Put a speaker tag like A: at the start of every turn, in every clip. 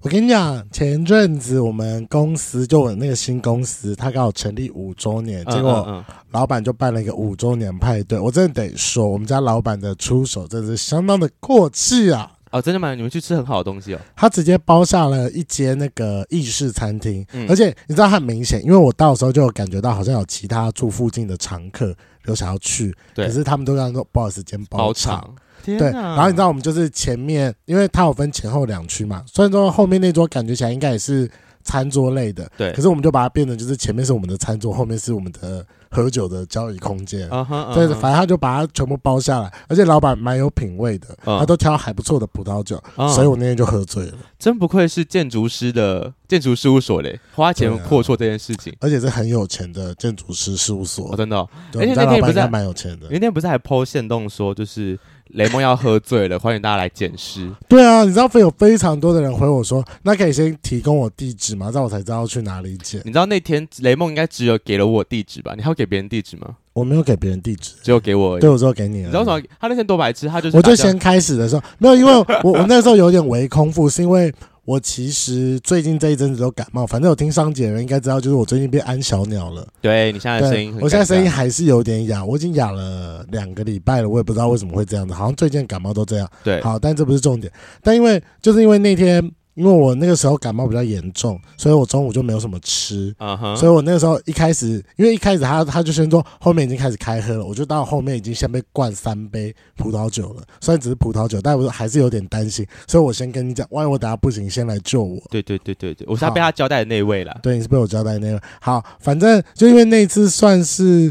A: 我跟你讲，前阵子我们公司就我那个新公司，它刚好成立五周年，结果
B: 嗯嗯
A: 老板就办了一个五周年派对。我真的得说，我们家老板的出手真的是相当的阔气啊！
B: 嗯哦，真的吗？你们去吃很好的东西哦。
A: 他直接包下了一间那个意式餐厅，
B: 嗯
A: 而且你知道他很明显，因为我到时候就有感觉到好像有其他住附近的常客有想要去，
B: 对
A: 可是他们都让说不好意思，今天包
B: 包
A: 场。
B: 场，天
A: 对，
B: 哪
A: 然后你知道我们就是前面，因为它有分前后两区嘛，虽然说后面那桌感觉起来应该也是餐桌类的，
B: 对
A: 可是我们就把它变成就是前面是我们的餐桌，后面是我们的喝酒的交易空间。
B: 啊哈，
A: 所以
B: 嗯哼
A: 反正他就把它全部包下来，而且老板蛮有品味的，
B: 嗯
A: 他都挑还不错的葡萄酒，
B: 嗯
A: 所以我那天就喝醉了，
B: 真不愧是建筑师的建筑事务所嘞，花钱
A: 对啊
B: 阔绰这件事情，
A: 而且是很有钱的建筑师事务所
B: 哦，，真的哦。
A: 对，我们
B: 而且
A: 家老
B: 那
A: 板
B: 天不
A: 应
B: 是
A: 该蛮有钱的。
B: 那天不是还 PO 线动说，就是雷蒙要喝醉了，欢迎大家来捡尸。
A: 对啊，你知道非有非常多的人回我说，那可以先提供我地址吗？这样我才知道要去哪里捡。
B: 你知道那天雷蒙应该只有给了我地址吧？你还有给别人地址吗？
A: 我没有给别人地址，
B: 只有给我而已。
A: 对我说给你了。
B: 你知道为什么？他那天多白痴，他就是
A: 我就
B: 打电
A: 先开始的时候没有，因为我我那时候有点微空腹，是因为我其实最近这一阵子都感冒，反正有听商姐的人应该知道，就是我最近变安小鸟了。
B: 对你现在的哎声音
A: 对
B: 很尴，尬，
A: 我现在声音还是有点哑，我已经哑了两个礼拜了，我也不知道为什么会这样子，好像最近感冒都这样。
B: 对，
A: 好，但这不是重点，但因为就是因为那天，因为我那个时候感冒比较严重，所以我中午就没有什么吃。
B: 嗯哼，
A: 所以我那个时候一开始，因为一开始他他就先说后面已经开始开喝了，我就到后面已经先被灌三杯葡萄酒了，虽然只是葡萄酒，但我还是有点担心，所以我先跟你讲，万一我等下不行，先来救我。
B: 对对对对对，我是他被他交代的那一位啦。
A: 对，你是被我交代那个。好，反正就因为那一次算是，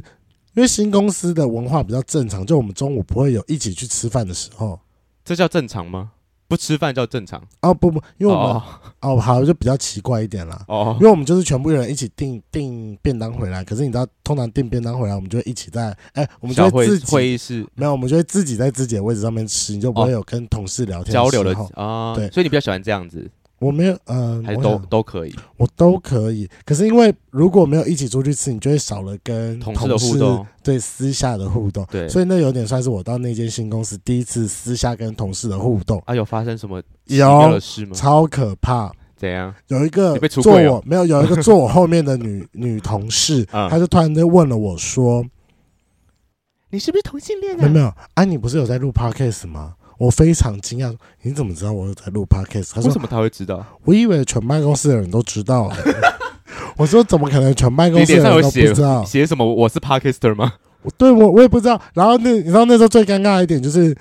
A: 因为新公司的文化比较正常，就我们中午不会有一起去吃饭的时候。
B: 这叫正常吗？不吃饭叫正常？
A: 哦不不，因为我们哦
B: 哦
A: 好就比较奇怪一点啦，
B: 哦
A: 因为我们就是全部人一起订订便当回来，可是你知道，通常订便当回来，我们就会一起在哎、我们就
B: 小
A: 会
B: 会
A: 自己
B: 会议室
A: 没有，我们就会自己在自己的位置上面吃，你就不会有跟同事聊天、
B: 交流的
A: 时候。
B: 啊，
A: 对
B: 所以你比较喜欢这样子，
A: 我没有，嗯、
B: 还
A: 我
B: 是都
A: 想
B: 都可以？
A: 我都可以。可是因为如果没有一起出去吃，你就会少了跟
B: 同事的互动，
A: 对私下的互动。
B: 对
A: 所以那有点算是我到那间新公司第一次私下跟同事的互动，
B: 啊，有发生什么奇妙
A: 有
B: 的事吗？
A: 超可怕。
B: 怎样？
A: 有一个
B: 你被出
A: 坐
B: 柜哦
A: 我、没有，有一个坐我后面的女女同 事，
B: 嗯
A: 她就突然间问了我说：“
B: 你是不是同性恋啊
A: 没有没有，安、妮不是有在录 podcast 吗？”我非常惊讶，你怎么知道我有在录 podcast？她
B: 为
A: 说哦
B: 什么他会知道？
A: 我以为全办公室的人都知道、 欸。我说怎么可能全办公室的人都不知道？
B: 写什么？我是 Parkister 吗？
A: 我对我我也不知道。然后那你知道那时候最尴尬的一点就是，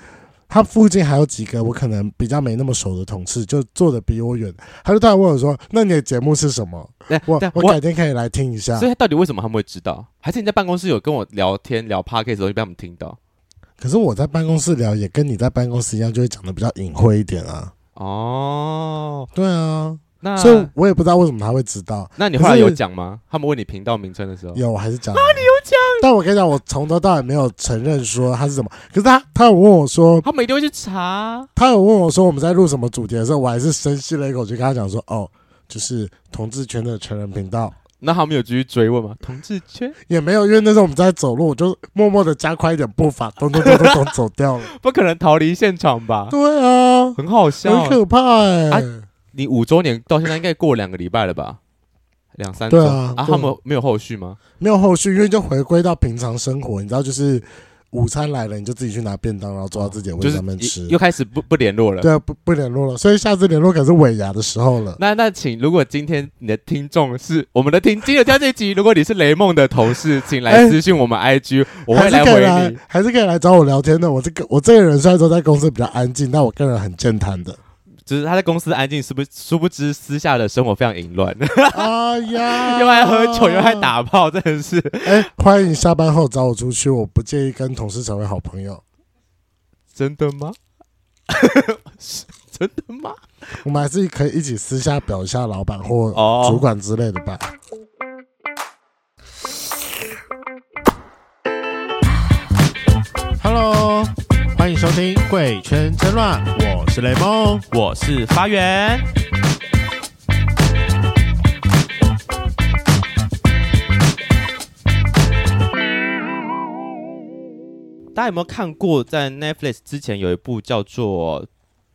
A: 他附近还有几个我可能比较没那么熟的同事，就坐的比我远。他就突然问我说：“那你的节目是什么？
B: 对
A: 我
B: 但
A: 我啊改天可以来听一下
B: 所。以他到底为什么他们会知道？还是你在办公室有跟我聊天聊 Parkist 的时候就被他们听到？”
A: 可是我在办公室聊也跟你在办公室一样，就会讲的比较隐晦一点啊。
B: 哦，
A: 对啊，
B: 那
A: 所以我也不知道为什么他会知道。
B: 那你后来
A: 可是
B: 有讲吗？他们问你频道名称的时候，
A: 有，我还是讲啊，你有讲。但我跟你讲，我从头到尾没有承认说他是什么。可是他他有问我说，
B: 他们一定会去查。啊
A: 他有问我说我们在录什么主题的时候，我还是深吸了一口气，跟他讲说，哦，就是同志圈的成人频道。
B: 那他们有继续 追问吗？同志圈
A: 也没有，因为那时候我们在走路，我就默默的加快一点步伐，咚咚咚咚咚走掉 了。
B: 不可能逃离现场吧？
A: 对啊，
B: 很好笑
A: 很
B: 欸。
A: 可怕哎、
B: 你五周年到现在应该过两个礼拜了吧？两三周
A: 对啊对
B: 他们没有后续吗？
A: 没有后续，因为就回归到平常生活，你知道，就是午餐来了，你就自己去拿便当，然后坐到自己的位置
B: 就是
A: 上面
B: 一
A: 吃。
B: 又开始不不联络了。
A: 对啊，不不联络了，所以下次联络可是尾牙的时候了。
B: 那那请，如果今天你的听众是我们的听，今天听到这集，如果你是雷梦的同事，请来
A: 哎
B: 私信我们 IG，、我
A: 还
B: 会
A: 是
B: 来
A: 可以
B: 回
A: 来
B: 你。，
A: 还是可以来找我聊天的。我这个我这个人虽然说在公司比较安静，但我个人很健谈 的。
B: 只是他在公司安静，是不是？殊不知私下的生活非常淫乱，
A: 哎呀，
B: 又爱喝酒，又爱。打炮，真的是
A: 哎，欢迎下班后找我出去，我不介意跟同事成为好朋友。
B: 真的吗？是 真的吗？
A: 我们还是可以一起私下表一下老板或
B: 哦
A: 主管之类的吧。Hello，欢迎收听《贵圈争乱》，我是雷梦。
B: 我是发源。大家有没有看过，在 Netflix 之前有一部叫做《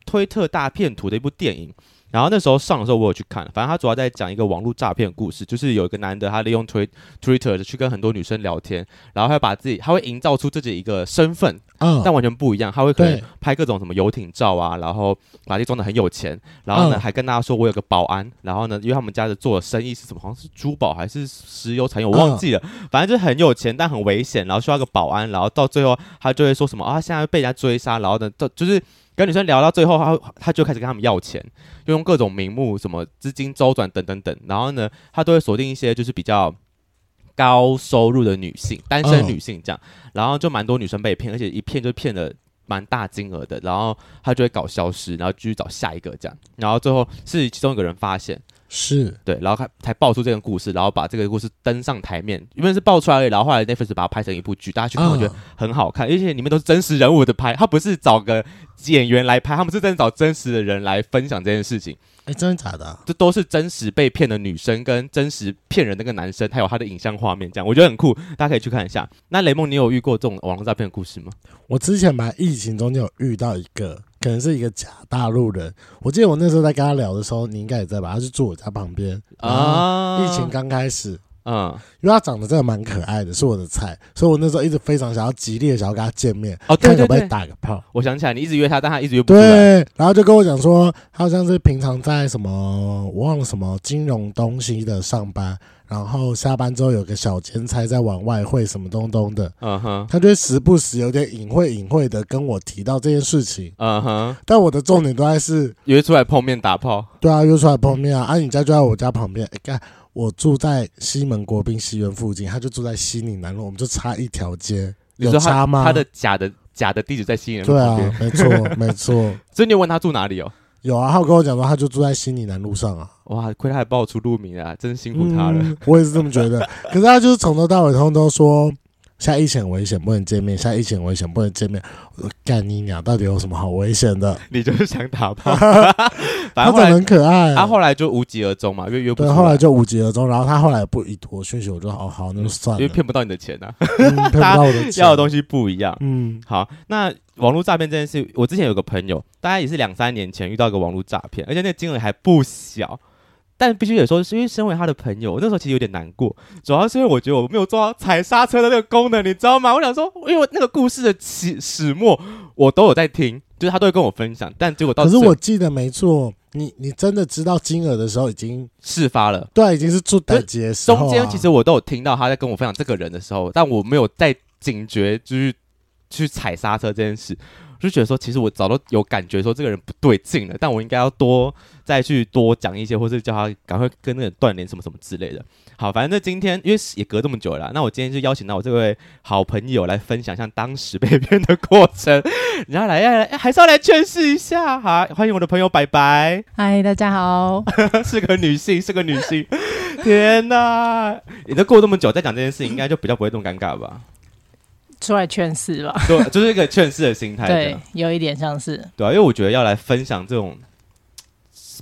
B: 推特大片图》的一部电影？然然后那时候上的时候我有去看，反正他主要在讲一个网络诈骗的故事，就是有一个男的他利用推 Twitter 去跟很多女生聊天，然后他会把自己他会营造出自己一个身份，
A: 嗯，
B: 但完全不一样，他会可能
A: 对
B: 拍各种什么游艇照啊，然后把自己装的很有钱，然后呢、
A: 嗯
B: 还跟大家说我有个保安，然后呢因为他们家的做的生意是什么，好像是珠宝还是石油产业，我忘记了，反正就是很有钱但很危险，然后需要一个保安，然后到最后他就会说什么啊现在被人家追杀，然后呢到就是。跟女生聊到最后，他他就开始跟他们要钱，就用各种名目，什么资金周转等等等。然后呢，他都会锁定一些就是比较高收入的女性，单身
A: 嗯
B: 女性这样。然后就蛮多女生被骗，而且一骗就骗了蛮大金额的。然后他就会搞消失，然后继续找下一个这样。然后最后是其中一个人发现，
A: 是
B: 对，然后他才爆出这个故事，然后把这个故事登上台面，因为是爆出来而已。然后后来 Netflix 把它拍成一部剧，大家去看，我觉得
A: 嗯
B: 很好看，而且里面都是真实人物的拍，他不是找个演员来拍，他们是真的找真实的人来分享这件事情。
A: 哎，真的假的啊？
B: 这都是真实被骗的女生跟真实骗人那个男生，还有他的影像画面，这样我觉得很酷，大家可以去看一下。那雷梦，你有遇过这种网络诈骗的故事吗？
A: 我之前吧，疫情中间有遇到一个，可能是一个假大陆人。我记得我那时候在跟他聊的时候，你应该也在吧？他就住我家旁边啊。
B: 啊，
A: 疫情，刚开始，
B: 嗯，
A: 因为他长得真的蛮可爱的，是我的菜，所以我那时候一直非常想要极力的想要跟他见面，
B: 哦，对
A: 看可
B: 对
A: 不可以
B: 对，
A: 打个炮。
B: 我想起来，你一直约他，但他一直约不出来。
A: 对，然后就跟我讲说，他好像是平常在什么我忘了什么金融东西的上班，然后下班之后有个小兼差在玩外汇什么东东的，
B: 嗯哼，
A: 他就会时不时有点隐晦隐晦的跟我提到这件事情，
B: 嗯哼，
A: 但我的重点都在是，
B: 约出来碰面打炮，
A: 对啊，约出来碰面啊，啊，你家就在我家旁边，哎干。我住在西门国宾西园附近，他就住在西宁南路，我们就差一条街，
B: 你
A: 有
B: 说
A: 差
B: 他
A: 吗？
B: 他的假的假的地址在吸引人
A: 对啊
B: 旁边，，
A: 没 错没错，
B: 所以你有问他住哪里哦？
A: 有啊，他有跟我讲说他就住在西宁南路上啊，
B: 哇，亏他还报出路名啊，真辛苦他了。
A: 嗯我也是这么觉得。可是他就是从头到尾，通通都说现在疫情很危险，不能见面；现在疫情很危险，不能见面。我说干你娘，到底有什么好危险的？
B: 你就是想打炮，反
A: 他长
B: 正后
A: 得
B: 来
A: 很可爱、
B: 他后来就无疾而终嘛，因为约不出
A: 对，后来就无疾而终。然后他后来也不已读我讯息，我就哦好，那就算
B: 因为
A: 了，
B: 骗不到你的钱啊。
A: 嗯骗不到我的钱
B: 要的东西不一样。
A: 嗯
B: 好，那网络诈骗这件事，我之前有个朋友，大概也是两三年前遇到一个网络诈骗，而且那个金额还不小。但必须也说，是因为身为他的朋友，我那时候其实有点难过，主要是因为我觉得我没有做到踩刹车的那个功能，你知道吗？我想说，因为我那个故事的起始末我都有在听，就是他都会跟我分享，但结果到
A: 可是
B: 最
A: 我记得没错，你你真的知道金额的时候，已经
B: 事发了。
A: 对啊、已经是住等级的时候啊、
B: 中间其实我都有听到他在跟我分享这个人的时候，但我没有在警觉，就是去踩刹车这件事，我就觉得说，其实我早都有感觉说这个人不对劲了，但我应该要多再去多讲一些，或是叫他赶快跟那个人断联什么什么之类的。好，反正那今天因为也隔这么久了啦，那我今天就邀请到我这位好朋友来分享一下当时被骗的过程，然后来要来还是要来劝示一下，好，欢迎我的朋友白白。
C: 嗨，大家 好。
B: 是个女性，是个女性。 天哪！你都过这么久再讲这件事，应该就比较不会这么尴尬吧？
C: 出来劝世吧，
B: 对，就是一个劝世的心态，这
C: 对
B: 样，
C: 有一点像是，
B: 对啊，因为我觉得要来分享这种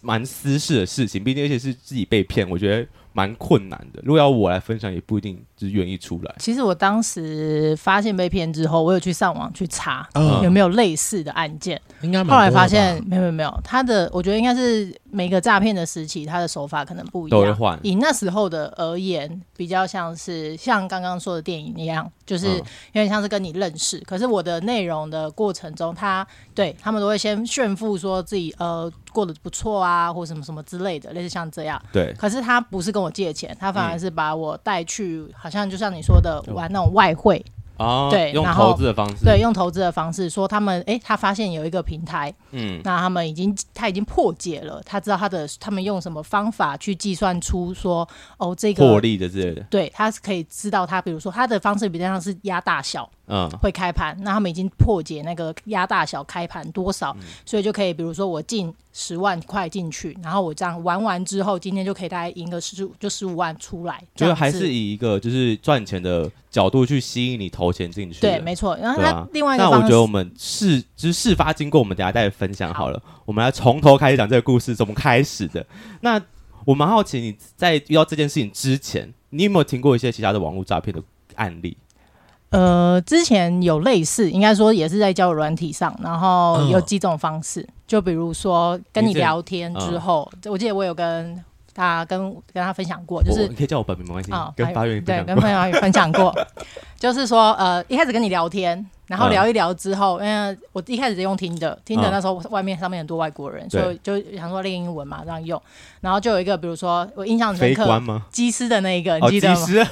B: 蛮私事的事情，毕竟而且是自己被骗，我觉得蛮困难的。如果要我来分享，也不一定就是愿意出来。
C: 其实我当时发现被骗之后，我有去上网去查
A: 嗯
B: 哦
C: 有没有类似的案件，
A: 应该蛮多
C: 后来
A: 的吧
C: 发现没有没有没有，他的我觉得应该是每个诈骗的时期，他的手法可能不一
B: 都会
C: 样。
B: 换，
C: 以那时候的而言，比较像是像刚刚说的电影一样，就是
B: 嗯
C: 有点像是跟你认识。可是我的内容的过程中，他对他们都会先炫富，说自己呃过得不错啊，或什么什么之类的，类似像这样。
B: 对，
C: 可是他不是跟我借钱，他
B: 嗯
C: 反而是把我带去，好像就像你说的玩那种外汇，
B: 哦，
C: 对
B: 用
C: 然后
B: 投资的方式，
C: 对，，用投资的方式说他们，诶，他发现有一个平台，
B: 嗯，
C: 那他们已经他已经破解了，他知道他的他们用什么方法去计算出说，哦，这
B: 获
C: 个。
B: 利的之类的，
C: 对，他是可以知道他，比如说他的方式比较像是压大小，
B: 嗯，
C: 会开盘，那他们已经破解那个压大小开盘多少，
B: 嗯
C: 所以就可以，比如说我进十万块进去，然后我这样玩完之后，今天就可以大概赢个十就十五万出来，
B: 就是
C: 这样
B: 还
C: 子
B: 是以一个就是赚钱的角度去吸引你投钱进去的，
C: 对，没错。然后
B: 对啊
C: 他另外一
B: 那
C: 个
B: 我
C: 方
B: 觉
C: 式，
B: 得我们事就是事发经过，我们等一下再分享好了。我们来从头开始讲这个故事怎么开始的。那我蛮好奇，你在遇到这件事情之前，你有没有听过一些其他的网络诈骗的案例？
C: 呃，之前有类似，应该说也是在交友软体上，然后
A: 嗯
C: 有几种方式，就比如说跟
B: 你
C: 你
B: 这
C: 聊天之
B: 嗯
C: 后，我记得我有跟他跟跟他分享过，就
B: 我
C: 是
B: 你可以叫我本名没关系
C: 哦，，
B: 跟
C: 还有
B: 发源
C: 对，跟朋友也分享过， 就是说呃，一开始跟你聊天，然后
B: 嗯
C: 聊一聊之后，因为我一开始是用听的，听的
B: 嗯
C: 那时候外面上面很多外国人，所以就想说练英文嘛，这样用，然后就有一个比如说我印象很
B: 飞
C: 深
B: 官
C: 刻，
B: 吗？
C: 机师的那一个，你
B: 哦，
C: 记
B: 技
C: 得吗？
B: 师，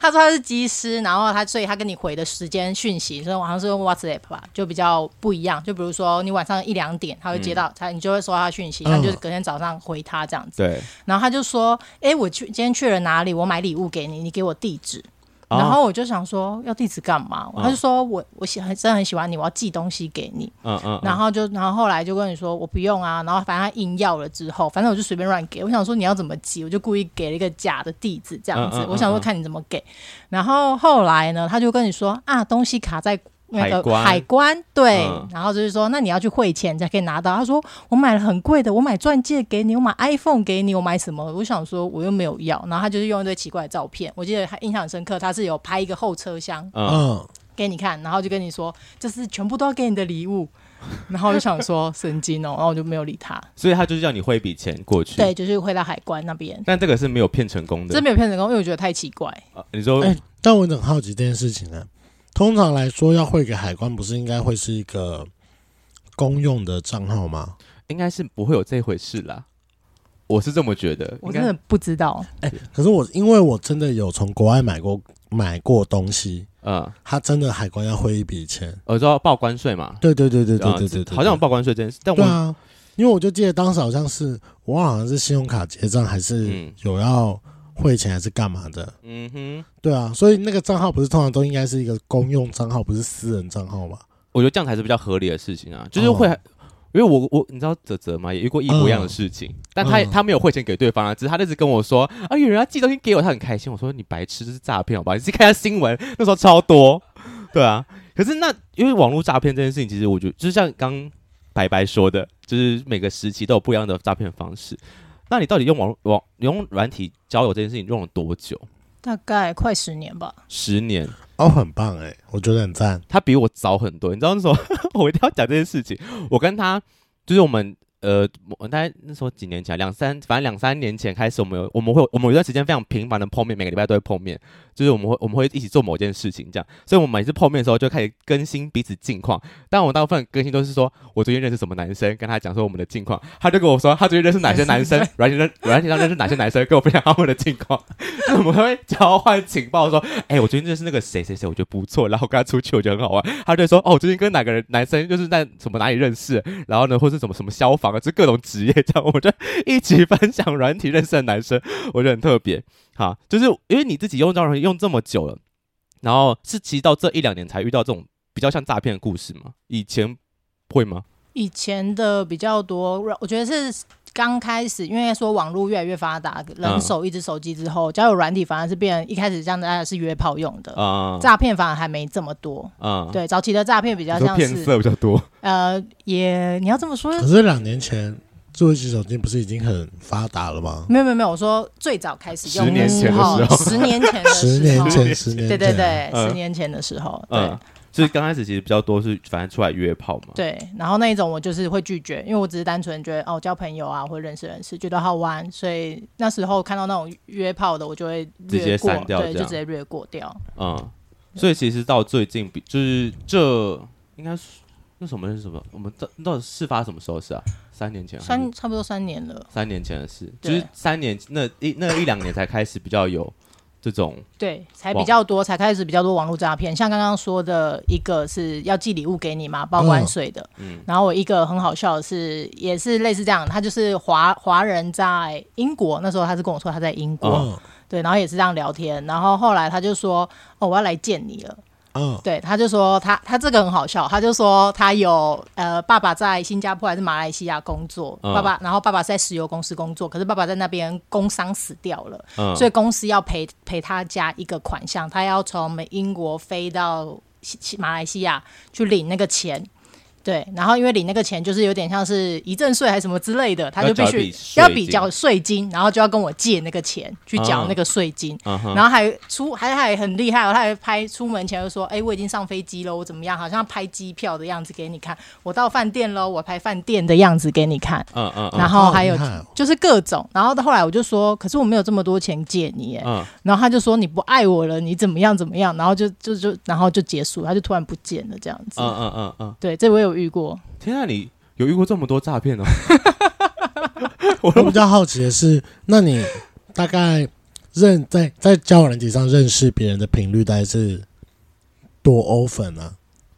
C: 他说他是机师，然后他所以他跟你回的时间讯息，所以晚上是用 WhatsApp 吧，就比较不一样。就比如说你晚上一两点，他会接
B: 嗯
C: 到、他，你就会收到他讯息，
A: 嗯
C: 他就是隔天早上回他这样子。
B: 对，
C: 然后他就说：“哎、我去今天去了哪里？我买礼物给你，你给我地址。”
B: 哦
C: 然后我就想说要地址干嘛？
B: 嗯
C: 他就说我我喜欢真的很喜欢你，我要寄东西给你。
B: 嗯嗯，
C: 然后就然后后来就跟你说我不用啊，然后反正他硬要了之后，反正我就随便乱给，我想说你要怎么寄，我就故意给了一个假的地址这样子，
B: 嗯嗯嗯
C: 我想说看你怎么给。然后后来呢，他就跟你说啊，东西卡在。那
B: 海
C: 个
B: 关
C: 海关对，
B: 嗯
C: 然后就是说，那你要去汇钱才可以拿到。他说我买了很贵的，我买钻戒给你，我买 iPhone 给你，我买什么？我想说我又没有要，然后他就是用一堆奇怪的照片，我记得还印象很深刻，他是有拍一个后车厢，
B: 嗯，
A: 嗯，
C: 给你看，然后就跟你说这是全部都要给你的礼物， 然后我就想说神经哦，然后我就没有理他。
B: 所以他就是叫你汇一笔钱过去，
C: 对，，就是回到海关那边，
B: 但这个是没有骗成功
C: 真
B: 的。
C: 没有骗成功，因为我觉得太奇怪。
B: 呃你说
C: 嗯
A: 哎但我很好奇这件事情呢、通常来说，要汇给海关，不是应该会是一个公用的账号吗？
B: 应该是不会有这回事啦，我是这么觉得。
C: 我真的不知道，
A: 可是我因为我真的有从国外买过买过东西，
B: 嗯，
A: 他真的海关要汇一笔钱。
B: 我知道报关税嘛，
A: 对对对对对
B: 啊
A: 对对对，
B: 好像有报关税这件事，但
A: 对
B: 我
A: 啊，因为我就记得当时好像是我忘了好像是信用卡结账还是
B: 嗯
A: 有要汇钱还是干嘛的。
B: 嗯哼，
A: 对啊，所以那个账号不是通常都应该是一个公用账号，不是私人账号吗？
B: 我觉得这样才是比较合理的事情啊，就是会。因为我我你知道泽泽吗？也遇过一模一样的事情，但他
A: 嗯
B: 他没有汇钱给对方啊，只是他一直跟我说啊，有人要寄东西给我，他很开心。我说你白痴，这是诈骗好吧？你去看一下新闻，那时候超多， 对啊。可是那因为网络诈骗这件事情，其实我觉得就是像刚白白说的，就是每个时期都有不一样的诈骗方式。那你到底用网网你用软体交友这件事情用了多久？
C: 大概快十年吧。
B: 十年，
A: 哦，很棒哎、我觉得很赞。
B: 他比我早很多。你知道那时候 我一定要讲这件事情，我跟他就是我们呃，我大概那时候几年前，两三反正两三年前开始，我们有我们会我们有一段时间非常频繁的碰面，每个礼拜都会碰面，就是我们会我们会一起做某件事情这样，所以我们每次碰面的时候就开始更新彼此近况。但我大部分更新都是说我最近认识什么男生，跟他讲说我们的近况，他就跟我说他最近认识哪些男生，软体认软体上认识哪些男生，跟我分享他们的近况。就是我们会交换情报说，哎、我最近认识那个谁谁谁，我觉得不错，然后跟他出去我觉得很好玩。他就会说，哦，我最近跟哪个人男生就是在什么哪里认识，啊然后呢，或是什么什么消防啊，就是各种职业这样，我们就一起分享软体认识的男生，我觉得很特别。 好，就是因为你自己用交友软体用这么久了，然后是其实到这一两年才遇到这种比较像诈骗的故事吗？以前会吗？
C: 以前的比较多，我觉得是刚开始，因为说网络越来越发达，人手一只手机之
B: 嗯
C: 后，交友软体反而是变成一开始像大家是约炮用的，
B: 啊、
C: 呃诈骗反而还没这么多。
B: 啊，
C: 对，早期的诈骗比较
B: 你说
C: 像
B: 骗
C: 是
B: 色比较多。
C: 呃，也你要这么说，
A: 可是两年前智慧型手机不是已经很发达了吗？
C: 没有没有没有，我说最早开始用
B: 十年前的
C: 候
B: 时候
C: 十年前的时 候，
A: 十年前，十年前，
C: 哦对对对，
B: 嗯
C: 十年前的时候，对、
B: 嗯，所以刚开始其实比较多是反正出来约炮嘛。
C: 对。然后那一种我就是会拒绝，因为我只是单纯觉得哦交朋友啊，或认识人士，觉得好玩，所以那时候看到那种约炮的，我就会
B: 直接
C: 略过
B: 删掉
C: 对，
B: 这
C: 就
B: 样
C: 直接略过掉。
B: 嗯，所以其实到最近比就是这应该是那什么是什么？我们到到底事发什么时候的事啊？三年前还是
C: 三差不多三年了，
B: 三年前的事，就
C: 对
B: 是三年那一那一两年才开始比较有这种
C: 对，才
B: 网
C: 比较多，才开始比较多网络诈骗。像刚刚说的一个是要寄礼物给你嘛，报关税的。
B: 嗯
C: 然后我一个很好笑的是，也是类似这样，他就是华华人在英国，那时候他是跟我说他在英国，
A: 嗯
C: 对，然后也是这样聊天。然后后来他就说：“哦，我要来见你了。”
A: 嗯
C: 对，他就说他他这个很好笑，他就说他有呃爸爸在新加坡还是马来西亚工作，
B: 嗯
C: 爸爸然后爸爸是在石油公司工作，可是爸爸在那边工伤死掉了，
B: 嗯，
C: 所以公司要赔赔他家一个款项，他要从美英国飞到西西马来西亚去领那个钱。对，然后因为领那个钱就是有点像是遗赠税还是什么之类的，他就必
B: 要缴一
C: 须
B: 笔税
C: 要
B: 金
C: 比较税金，然后就要跟我借那个钱去缴那个税金，
B: 嗯哼，
C: 然后还出还还很厉害、哦，他还拍出门前就说：“哎、我已经上飞机了，我怎么样？好像拍机票的样子给你看。我到饭店喽，我拍饭店的样子给你看。
B: 嗯嗯嗯
C: 然后还有
A: 哦厉害哦
C: 就是各种，然后后来我就说：“可是我没有这么多钱借你。”耶。
B: 嗯，
C: 然后他就说：“你不爱我了，你怎么样怎么样？”然后就就就然后就结束，他就突然不见了这样子。
B: 嗯嗯嗯嗯，
C: 对，这我有遇过。
B: 天啊，你有遇过这么多诈 骗哦？我
A: 我比较好奇的是，那你大概认在在交友软体上认识别人的频率大概是多啊 o 粉呢、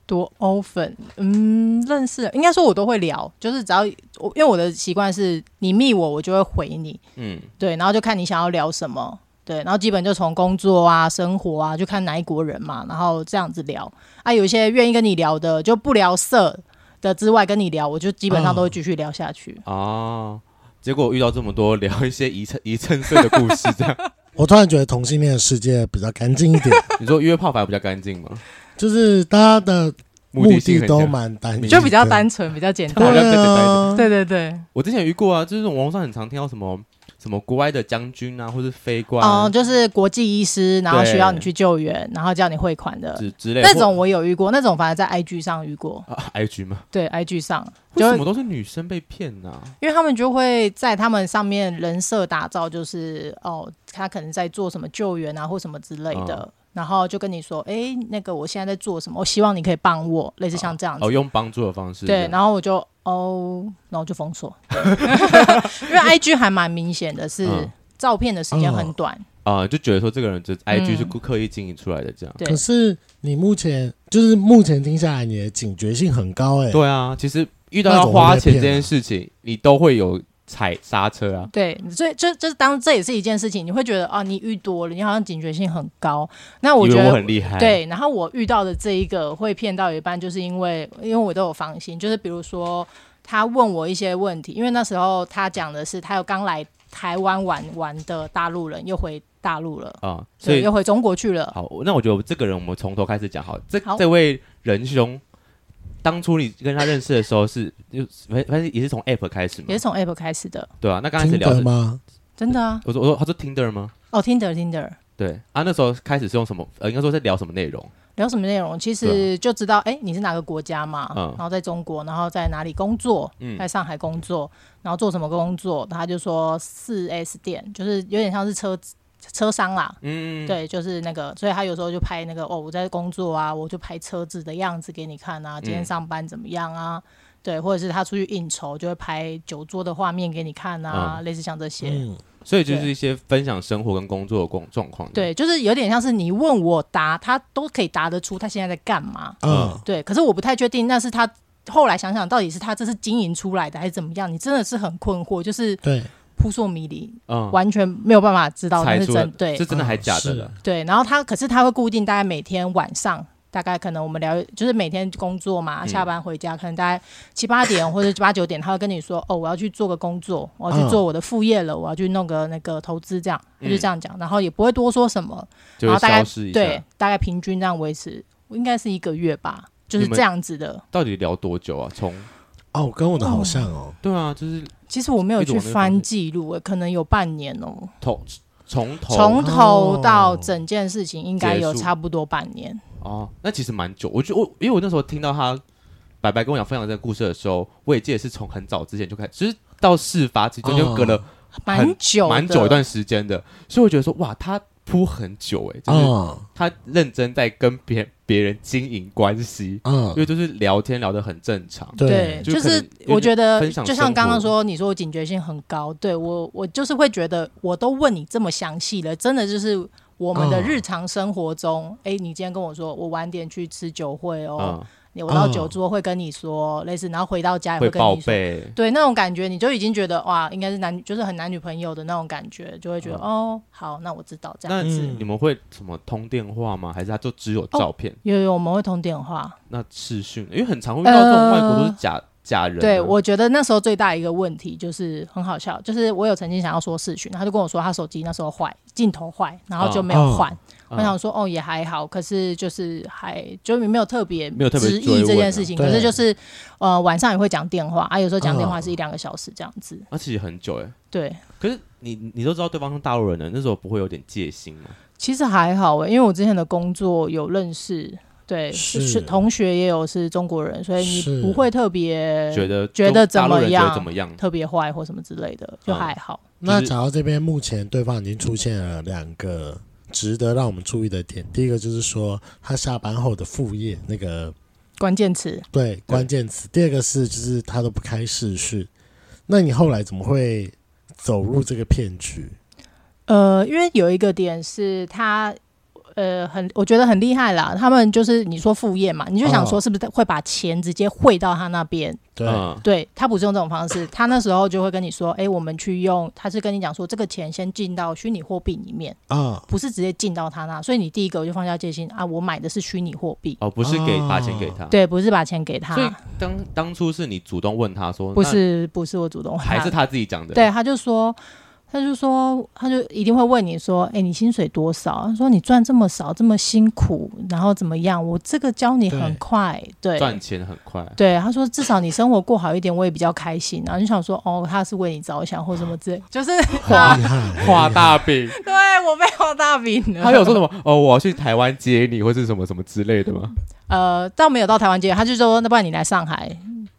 C: 多 often，嗯，认识应该说我都会聊，就是只要我因为我的习惯是你密我，我就会回你，
B: 嗯
C: 对，然后就看你想要聊什么，对，然后基本就从工作啊、生活啊，就看哪一国人嘛，然后这样子聊。啊，有一些愿意跟你聊的，就不聊色的之外跟你聊，我就基本上都会继续聊下去。
B: 哦，结果遇到这么多聊一些遗 赠遗赠税的故事， 这样
A: 我突然觉得同性恋的世界比较干净一 点，
B: 你说约炮反而比较干净吗？
A: 就是大家的
B: 目
A: 目
B: 性
A: 的
B: 很
A: 都
B: 强
A: 蛮单一的，
C: 就比较单纯，比较简
B: 好像
C: 单。
B: 比较
A: 对
B: 简单一
A: 啊，
C: 对对对，
B: 我之前有遇过啊，就是网络上很常听到什么什么国外的将军啊，或是飞官
C: 哦、
B: 啊
C: 就是国际医师，然后需要你
B: 对
C: 去救援，然后叫你汇款的。
B: 之之类的
C: 那种我有遇过，那种反而在 IG 上遇过，
B: 或啊 IG 吗？
C: 对 IG 上，
B: 为
C: 就
B: 什么都是女生被骗呢、
C: 因为他们就会在他们上面人设打造，就是哦，他可能在做什么救援啊，或什么之类的，
B: 哦
C: 然后就跟你说，哎，那个我现在在做什么，我希望你可以帮我，类似像这样子。
B: 哦，用帮助的方式。
C: 对，然后我就哦，然后就封锁， 因为 I G 还蛮明显的是，
B: 嗯
C: 照片的时间很短，
B: 啊、就觉得说这个人这 IG
C: 嗯
B: 是刻意经营出来的，这样。
C: 对啊
A: 可是你目前就是目前听下来，你的警觉性很高哎、
B: 对啊，其实遇到
A: 那
B: 要
A: 种
B: 花
A: 会被
B: 钱这
A: 骗啊
B: 件事情，你都会有踩刹车啊。
C: 对，所以这这当这也是一件事情，你会觉得啊，你遇多了，你好像警觉性很高。那我
B: 以
C: 觉
B: 为
C: 得
B: 我很厉害。，
C: 对，然后我遇到的这一个会骗到一半，就是因为因为我都有防心，就是比如说他问我一些问题，因为那时候他讲的是他有刚来台湾玩玩的大陆人又回大陆了，
B: 啊、所
C: 对，
B: 以
C: 又回中国去了。
B: 好，那我觉得我这个人，我们从头开始讲好了。这
C: 好
B: 这位仁兄，当初你跟他认识的时候是，就反反正也是从 App 开始嘛
C: 也，是从 App 开始的，
B: 对啊。那刚开始
A: 听
B: 聊
A: 得
B: 是，
A: 吗？
C: 真的啊！
B: 我说我说他说 Tinder 吗？
C: 哦，Tinder Tinder
B: 对啊，那时候开始是用什么？呃，应该说是聊什么内容？
C: 聊什么内容？其实就知道，哎、你是哪个国家嘛？
B: 啊嗯
C: 然后在中国，然后在哪里工作？
B: 嗯
C: 在上海工作，然后做什么工作？他就说四 S 店，就是有点像是车车商啦，
B: 嗯，
C: 对，就是那个，所以他有时候就拍那个哦，我在工作啊，我就拍车子的样子给你看啊，今天
B: 嗯
C: 上班怎么样啊？对，或者是他出去应酬就会拍酒桌的画面给你看啊，类似像这些。
A: 嗯，
B: 所以就是
C: 对
B: 一些分享生活跟工作的状状况。，
C: 对，就是有点像是你问我答，他都可以答得出他现在在干嘛。
B: 嗯
A: 啊、
C: 对，可是我不太确定，那是他后来想想到底是他这是经营出来的还是怎么样？你真的是很困惑，就是
A: 对，
C: 扑朔迷离，
B: 嗯，
C: 完全没有办法知道那
B: 猜
C: 是
B: 出了
C: 真对
B: 是真的还
A: 嗯
B: 假的
A: 是
B: 了？
C: 对，然后他可是他会固定大概每天晚上，大概可能我们聊就是每天工作嘛，
B: 嗯
C: 下班回家可能大概七八点或者八九点，他会跟你说哦，我要去做个工作，我要去做我的副业了，我要去弄个那个投资这样，他就
B: 嗯
C: 这样讲，然后也不会多说什么，
B: 就
C: 然
B: 会
C: 后大概
B: 消失一
C: 对
B: 下。，
C: 大概平均这样维持，应该是一个月吧，就是
B: 你们
C: 这样子的。
B: 到底聊多久啊？从
A: 哦，跟我的好像哦，
B: 对啊，就是
C: 其实我没有
B: 一直
C: 去
B: 往那个方向
C: 翻记录，欸可能有半年哦、
B: 从从头
C: 从头到
A: 哦
C: 整件事情应该
B: 结
C: 有
B: 束
C: 差不多半年。
B: 哦，那其实蛮久。我就我因为我那时候听到他白白跟我讲分享这个故事的时候，我也记得是从很早之前就开始，就是到事发其实中间
A: 哦
B: 隔了
C: 蛮
B: 很
C: 久的，
B: 蛮久一段时间的，所以我觉得说哇，他铺很久哎、就是
A: 嗯
B: 他认真在跟别别人经营关系，因
A: 嗯，
B: 为就是聊天聊得很正常。
C: 对，
B: 就
C: 就
B: 可能
C: 是
B: 有点
C: 我觉得，
B: 分享
C: 就像
B: 生
C: 刚刚
B: 活
C: 说，你说我警觉性很高，对我，我就是会觉得，我都问你这么详细了，真的就是我们的
A: 嗯
C: 日常生活中，哎、你今天跟我说，我晚点去吃酒会哦，
B: 啊、
C: 你我到
A: 嗯
C: 酒桌会跟你说类似，然后回到家也
B: 会
C: 会跟
B: 报
C: 你说。
B: 备，
C: 对那种感觉，你就已经觉得哇，应该是男，就是很男女朋友的那种感觉，就会觉得、
B: 嗯
C: 哦，好，那我知道这
B: 那
C: 样子。哦
A: 嗯
B: 你们会什么通电话吗？还是他就只有照片？
C: 有有，我们会通电话，
B: 那视讯，因为很常会遇到这种外国都是假、嫁人啊。
C: 对，我觉得那时候最大一个问题就是很好笑，就是我有曾经想要说视讯，他就跟我说他手机那时候坏，镜头坏，然后就没有换。
B: 嗯
C: 我想说，哦，也还好，可是就是还就没有特别
B: 没有特别
C: 质
B: 追
C: 疑
B: 问
C: 这件
B: 啊
C: 事情，
A: 对
C: 可是就是呃晚上也会讲电话啊，有时候讲电话
A: 嗯
C: 是一两个小时这样子，
B: 那其实很久哎，
C: 对。
B: 可是你你都知道对方是大陆人了，那时候不会有点戒心吗？
C: 其实还好欸诶、因为我之前的工作有认识，对，
A: 是
C: 是同学也有是中国人，所以
A: 是
C: 你不会特别
B: 觉得
C: 觉得怎
B: 大陆
C: 么
B: 人觉
C: 样
B: 得怎么样？
C: 特别坏或什么之类的，就
B: 嗯
C: 还好。
A: 那讲到这边，目前对方已经出现了两个值得让我们注意的点。第一个就是说他下班后的副业那个
C: 关键词
A: 对关键词，第二个是就是他都不开视讯。那你后来怎么会走入这个骗局？
C: 呃，因为有一个点是他。呃，很，我觉得很厉害啦。他们就是你说副业嘛，你就想说
A: 哦
C: 是不是会把钱直接汇到他那边？
A: 对，
B: 嗯
C: 对他不是用这种方式，他那时候就会跟你说，哎、我们去用，他是跟你讲说，这个钱先进到虚拟货币里面，
A: 啊，
C: 不是直接进到他那，所以你第一个就放下戒心啊，我买的是虚拟货币，
B: 哦，不是给
A: 哦
B: 把钱给他，
C: 对，不是把钱给他
B: 所，以当当初是你主动问他说，
C: 不是不是我主动
B: 那
C: 问
B: 还是他自己讲的，
C: 对，他就说。他就说，他就一定会问你说：“哎、你薪水多少？”他说：“你赚这么少，这么辛苦，然后怎么样？我这个教你很
A: 对
C: 快，对
B: 赚钱很快，
C: 对。”他说：“至少你生活过好一点，我也比较开心。”然后就想说：“哦，他是为你着想，或什么之类。”就是
A: 哇
C: 他，
A: 厉害，
B: 画大饼。
C: 对我被画大饼了。
B: 他有说什么？哦，我要去台湾接你，或是什么什么之类的吗？
C: 呃，倒没有到台湾接，他就说：“那不然你来上海，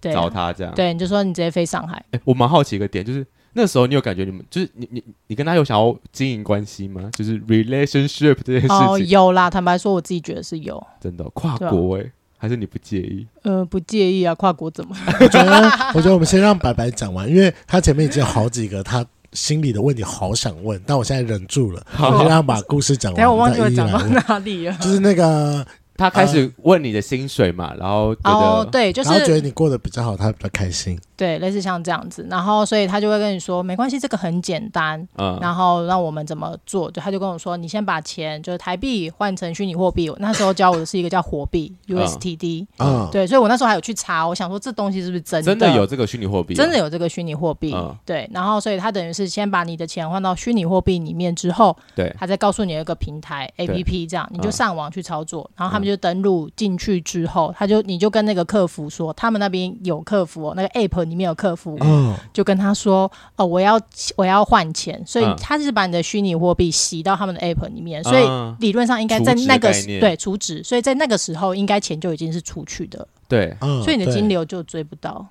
C: 对，啊
B: 找他这样。
C: 对，你就说你直接飞上海。”
B: 哎、我蛮好奇一个点，就是那时候你有感觉你们就是你你你跟他有想要经营关系吗？就是 relationship 这件事情，
C: 哦，有啦，坦白说，我自己觉得是有，
B: 真的跨
C: 对啊
B: 国哎、还是你不介意？
C: 呃，不介意啊，跨国怎么？
A: 我觉得， 我觉得我们先让白白讲完，因为他前面已经有好几个他心里的问题好想问，但我现在忍住了，
B: 好
A: 我先让他把故事讲
C: 等一
A: 完。
C: 下我忘记
A: 再
C: 我
A: 一一
C: 讲
A: 来
C: 到
A: 问
C: 哪里了。
A: 就是那个，
B: 他开始问你的薪水嘛，然后觉得、
C: 呃哦，对， 就
A: 然后觉得
C: 是
A: 你过得比较好，他比较开心。
C: 对，类似像这样子，然后所以他就会跟你说，没关系，这个很简单，
B: 嗯，
C: 然后让我们怎么做，就他就跟我说，你先把钱就是台币换成虚拟货币，我那时候教我的是一个叫 火币
B: 嗯
C: USTD，
A: 啊、
C: 对，所以我那时候还有去查，我想说这东西是不是真
B: 真的有这个虚拟货币啊，
C: 真的有这个虚拟货币，
B: 嗯
C: 对，然后所以他等于是先把你的钱换到虚拟货币里面之后，
B: 对
C: 他再告诉你有一个平台 APP，这样你就
B: 嗯
C: 上网去操作，然后他们就登录进去之后，他就你就跟那个客服说，他们那边有客服、哦，那个 App 里面有客服，
A: 嗯，
C: 就跟他说，哦，我要我要换钱，所以
B: 嗯
C: 他是把你的虚拟货币洗到他们的 App 里面，所以
B: 嗯
C: 理论上应该在
B: 储值
C: 那个
B: 概
C: 时
B: 念
C: 对储值，所以在那个时候应该钱就已经是出去的了，
B: 对
A: 嗯
C: 所以你的金
A: 对
C: 流就追不到。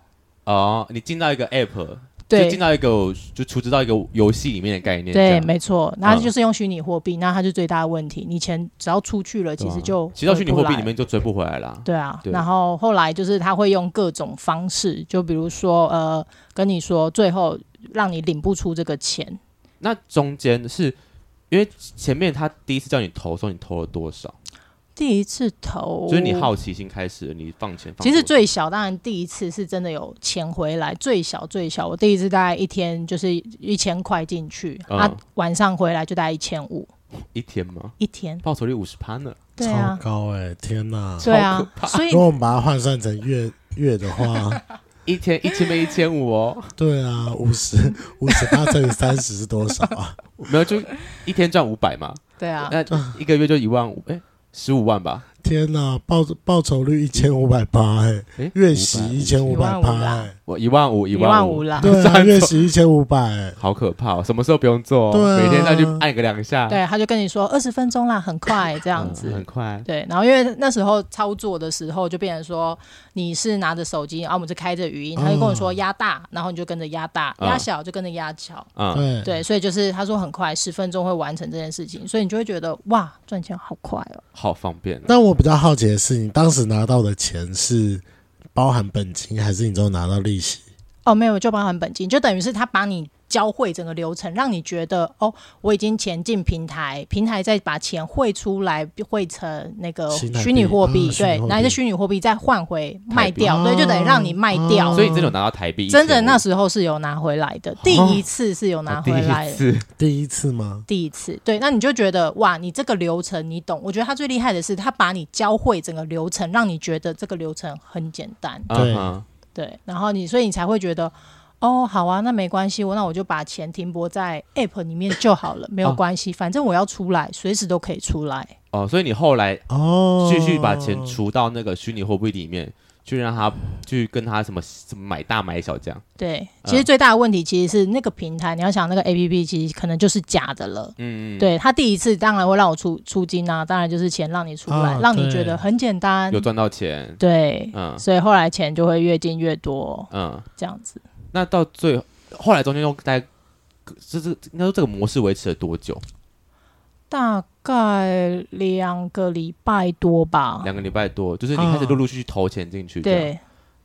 B: 哦，你进到一个 app，
C: 对，
B: 就进到一个就出资到一个游戏里面的概念，这
C: 对，
B: 样
C: 没错，那
B: 嗯
C: 就是用虚拟货币，那它就最大的问题。你钱只要出去了，
B: 对
C: 其
B: 啊
C: 实就
B: 骑到
C: 回
B: 虚拟
C: 不
B: 货币
C: 来
B: 里面就追不回来啦。
C: 对啊，
B: 对
C: 然后后来就是他会用各种方式，就比如说呃，跟你说最后让你领不出这个钱，
B: 那中间是因为前面他第一次叫你投的时候，你投了多少？
C: 第一次投
B: 就是你。好奇心开始了，你放钱放多
C: 哦其
B: 少。
C: 实最小，当然第一次是真的有钱回来，最小最小，我第一次大概一天就是一千块进去，
B: 嗯
C: 啊，晚上回来就大概一千五
B: 一天吗？
C: 一天，
B: 报酬率五十趴呢？
C: 对啊
A: 超，高哎、天哪！
C: 对啊，所以
A: 如果我们把它换算成月月的话，
B: 一天一千变一千五哦，
A: 对啊，五十 五十八乘以三十是多少啊？
B: 没有就一天赚五百嘛，
C: 对啊，
B: 那一个月就一万五，哎，十五万吧，
A: 天哪，报报酬率一千五百八哎，
B: 哎，
A: 月息一千五百
C: 500
A: 八
C: 啦
A: 哎，
B: 我一万五，
C: 一
B: 万
C: 万五，啦，
A: 对啊，
B: 算错
A: 月息一千五百哎，
B: 好可怕哦！什么时候不用做哦？
A: 对啊
B: 每天再去按个两下，
C: 对，他就跟你说二十分钟啦，很快这
B: 这
C: 样子。
B: 嗯很快。
C: 对，然后因为那时候操作的时候，就变成说你是拿着手机，然后我们是开着语音，他就跟我说
A: 哦
C: 压大，然后你就跟着压大，
B: 嗯
C: 压小就跟着压小。
B: 嗯，
A: 啊对
C: 对，所以就是他说很快，十分钟会完成这件事情，所以你就会觉得哇，赚钱好快哦。
B: 好方便哦。
A: 但我比较好奇的是，你当时拿到的钱是包含本金，还是你只有拿到利息？
C: 哦，没有，就包含本金，就等于是他把你教会整个流程，让你觉得哦，我已经钱进平台，平台再把钱汇出来，汇成那个
A: 新台币
C: 虚拟货币
A: 啊，虚拟
C: 对
A: 货，币
C: 拿一些虚拟货币再换回卖掉，
A: 台币
C: 对，就等于让你卖掉。
A: 哦
B: 所以你真的有拿到台币1500，
C: 真的那时候是有拿回来的，第一次是有拿
B: 哦
C: 回
B: 第
C: 来
B: 一
C: 的。
B: 次，
A: 第一次吗？
C: 第一次，对，那你就觉得哇，你这个流程你懂。我觉得他最厉害的是，他把你教会整个流程，让你觉得这个流程很简单。
A: 对
B: 嗯哼
C: 对，然后你所以你才会觉得。哦，好啊，那没关系，我那我就把钱停泊在 App 里面就好了，没有
B: 哦
C: 关系，反正我要出来，随时都可以出来。
B: 哦，所以你后来
A: 哦，
B: 继续把钱除到那个虚拟货币里面，去让他去跟他什么什么买大买小这样。
C: 对，
B: 嗯
C: 其实最大的问题其实是那个平台，你要想那个 A P P 其实可能就是假的了。
B: 嗯，嗯，
C: 对他第一次当然会让我出出金啊，当然就是钱让你出来，
A: 啊
C: 让你
A: 对
C: 觉得很简单
B: 有。赚到钱。
C: 对，
B: 嗯
C: 所以后来钱就会越进越多
B: 嗯，
C: 这样子。
B: 那到最后来中间又在。这这应该说这个模式维持了多久？
C: 大概两个礼拜多吧。
B: 两个礼拜多，就是你开始
A: 啊
B: 陆陆续续投钱进去。，
C: 嗯对，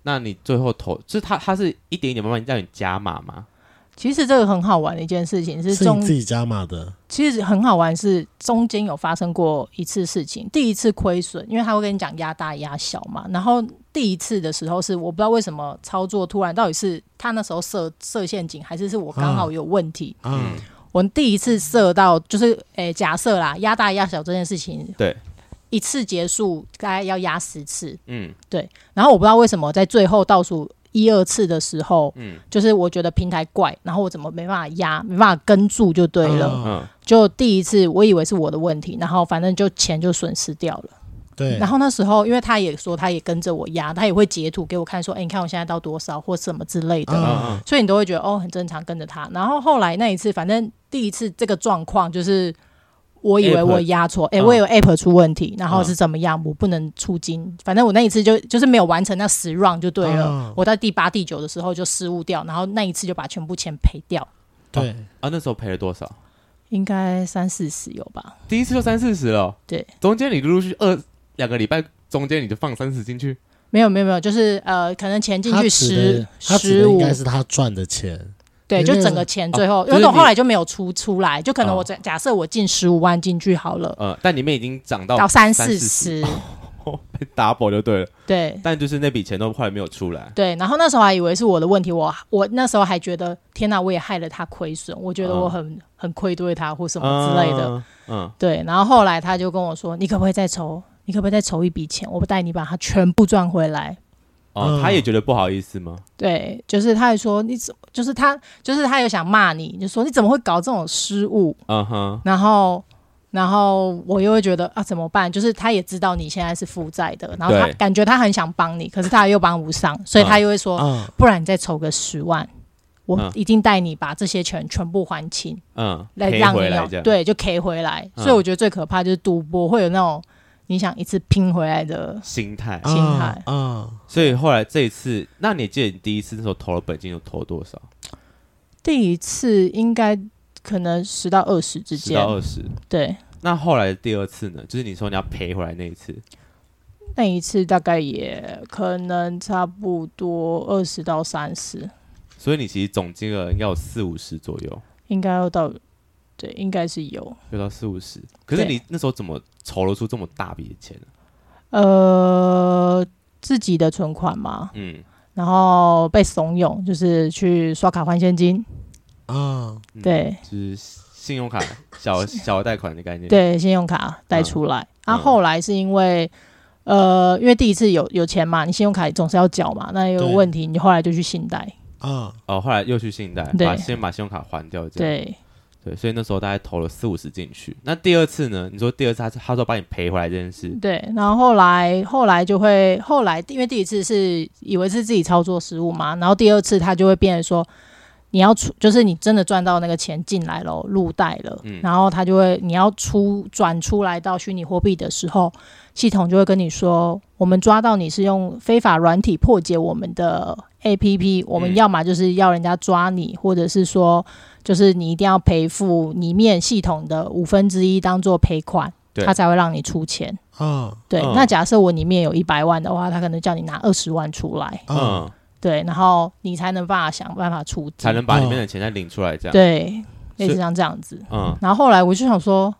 B: 那你最后投，就是他他是一点一点慢慢让你加码吗？
C: 其实这个很好玩的一件事情是
A: 是
C: 中
A: 你自，己加码的，
C: 其实很好玩是中间有发生过一次事情，第一次亏损，因为他会跟你讲压大压小嘛。然后第一次的时候是我不知道为什么操作突然到底是他那时候设设陷阱，还是是我刚好有问题，
A: 嗯，
C: 我第一次射到，就是诶、假设啦，压大压小这件事情，
B: 对，
C: 一次结束大概要压十次，
B: 嗯
C: 然后我不知道为什么在最后倒数一二次的时候，
B: 嗯
C: 就是我觉得平台怪，然后我怎么没办法压，没办法跟住就对了，
A: 嗯
B: 嗯，
C: 就第一次我以为是我的问题，然后反正就钱就损失掉了。
A: 对，
C: 然后那时候因为他也说他也跟着我压，他也会截图给我看说，哎、你看我现在到多少或什么之类的，
A: 嗯
B: 嗯
C: 所以你都会觉得哦很正常跟着他。然后后来那一次，反正第一次这个状况就是，我以为
B: App-
C: 我压错，哎、
B: 嗯
C: 我以为 app 出问题，然后
B: 嗯
C: 是怎么样，我不能出金。反正我那一次就就是没有完成那十 round 就对了。
A: 嗯
C: 我到第八、第九的时候就失误掉，然后那一次就把全部钱赔掉，
A: 对，
B: 啊，那时候赔了多少？
C: 应该三四十有吧？
B: 第一次就三四十了，哦
C: 对，
B: 中间你陆陆续二两个礼拜中间你就放三十进去，
C: 没有没有没有，就是呃，可能钱进
A: 他
C: 去
A: 指
C: 十
A: 的他指
C: 十
A: 的应
C: 五，
A: 该是他赚的钱，
C: 对，
A: 你
C: 就
A: 那个
C: 整个钱最后，
B: 哦
C: 因为
B: 就是
C: 我
B: 你
C: 后来就没有出出来，就可能
B: 哦
C: 我假假设我进十五万进去好了，
B: 呃，但里面已经涨到
C: 到三四
B: 40
C: 十，
B: double 就对了，
C: 对，
B: 但就是那笔钱都后来没有出来，
C: 对，然后那时候还以为是我的问题，我我那时候还觉得天哪，我也害了他亏损，我觉得我很、很愧对他或什么之类的。
B: 嗯，
C: 对，然后后来他就跟我说，你可不可以再筹，你可不可以再筹一笔钱，我带你把它全部赚回来。
B: 哦，
A: 嗯
B: 他也觉得不好意思吗？
C: 对，就是他还说你怎，就是他就是他有想骂你，就说你怎么会搞这种失误，
B: 嗯哼，
C: 然后。然后我又会觉得啊怎么办？就是他也知道你现在是负债的，然后他
B: 对
C: 感觉他很想帮你，可是他又帮不上，所以他
B: 嗯
C: 又会说、
A: 嗯，
C: 不然你再筹个十万，我
B: 嗯
C: 一定带你把这些钱全部还清，
B: 嗯，
C: 来
B: 赔
C: 让你
B: 回来
C: 有
B: 这样，，
C: 对就 K 回来。
B: 嗯
C: 所以我觉得最可怕就是赌博会有那种你想一次拼回来的，
B: 心态。
C: 心态
A: 啊，
B: 所以后来这一次，那你记得你第一次那时候投了本金有投多少？
C: 第一次应该可能十到二十之
B: 十
C: 间
B: 到，二十。
C: 对，
B: 那后来第二次呢？就是你说你要赔回来那一次，
C: 那一次大概也可能差不多二十到三十，
B: 所以你其实总金额应该有四五十左右，
C: 应该要到，对，应该是有。
B: 有到四五十。可是
C: 对
B: 你那时候怎么筹了出这么大笔的钱呢？啊
C: 呃，自己的存款嘛，
B: 嗯，
C: 然后被怂恿，就是去刷卡换现金，
A: 啊，
B: 嗯，
C: 对
B: 就是信用卡 小小额贷款的概念。，
C: 对，信用卡贷出来。啊，
B: 嗯
C: 后来是因为，呃，因为第一次有有钱嘛，你信用卡总是要缴嘛，那有
A: 对
C: 问题，你后来就去信贷。
A: 啊，
B: 哦，后来又去信贷，
C: 对
B: 把先把信用卡还掉，这样。
C: 对，
B: 对所以那时候大概投了四五十进去。那第二次呢？你说第二次他是他说把你赔回来这件事，
C: 对，然后后来后来就会后来，因为第一次是以为是自己操作失误嘛，然后第二次他就会变成说，你要出，就是你真的赚到那个钱进来了，入袋了，
B: 嗯
C: 然后他就会你要出转出来到虚拟货币的时候，系统就会跟你说，我们抓到你是用非法软体破解我们的 APP，我们
B: 嗯
C: 要么就是要人家抓你，或者是说。就是你一定要赔付里面系统的五分之一当做赔款，
B: 对
C: 他才会让你出钱。
A: 啊，
C: 对，
B: 嗯
C: 那假设我里面有一百万的话，他可能叫你拿二十万出来，
A: 啊，
B: 嗯，
C: 对，然后你才能办法想办法出资
B: 才能啊把里面的钱再领出来，这样。，
C: 对，
B: 所以
C: 类似像这样子。
B: 嗯
C: 然后后来我就想说，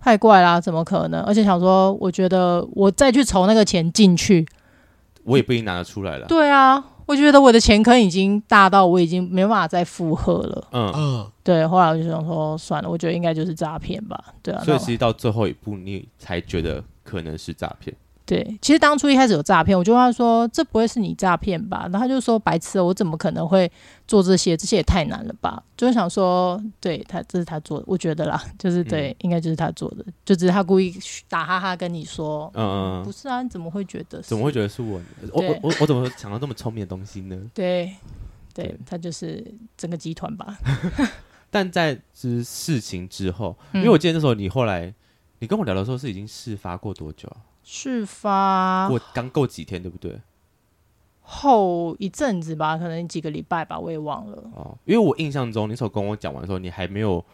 C: 太怪啦，怎么可能？而且想说，我觉得我再去筹那个钱进去，
B: 我也不一定拿得出来了。
C: 对啊，我觉得我的钱坑已经大到我已经没办法再负荷了。
B: 嗯，
A: 啊，
C: 对，后来我就想说，算了，我觉得应该就是诈骗吧。对啊，
B: 所以
C: 那我
B: 其实到最后一步，你才觉得可能是诈骗。
C: 对，其实当初一开始有诈骗，我就问他说：“这不会是你诈骗吧？”然后他就说：“白痴哦，我怎么可能会做这些？这些也太难了吧！”就是想说，对他这是他做的，我觉得啦，
B: 嗯
C: 就是对，应该就是他做的，就只是他故意打哈哈跟你说，
B: 嗯嗯
C: 不
B: 嗯，
C: 是啊，你怎么会觉得？
B: 怎么会觉
C: 得？
B: 得是我呢？我我
C: 对
B: 我我怎么会想到这么聪明的东西呢？
C: 对，对
B: 对
C: 他就是整个集团吧。
B: 但在之事情之后，
C: 嗯
B: 因为我记得那时候你后来你跟我聊的时候是已经事发过多久啊？
C: 事发
B: 过刚够几天对不对？
C: 后一阵子吧，可能几个礼拜吧，我也忘了。
B: 哦，因为我印象中你那时候跟我讲完的时候，你还没有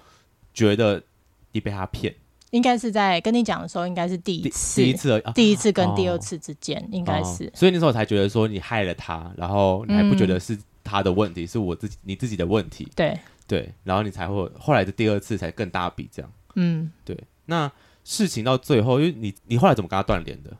B: 觉得你被他骗，
C: 应该是在跟你讲的时候，应该是第
B: 第
C: 一次，
B: 第一次而已啊，
C: 第一次跟第
B: 哦
C: 二次之间，应该是
B: 哦。所以那时候我才觉得说你害了他，然后你还不觉得是他的问题，是我自己你自己的问题，
C: 对，
B: 对，然后你才会后来的第二次才更大笔这样，
C: 嗯，
B: 对，那事情到最后，因为你你后来怎么跟他断联的？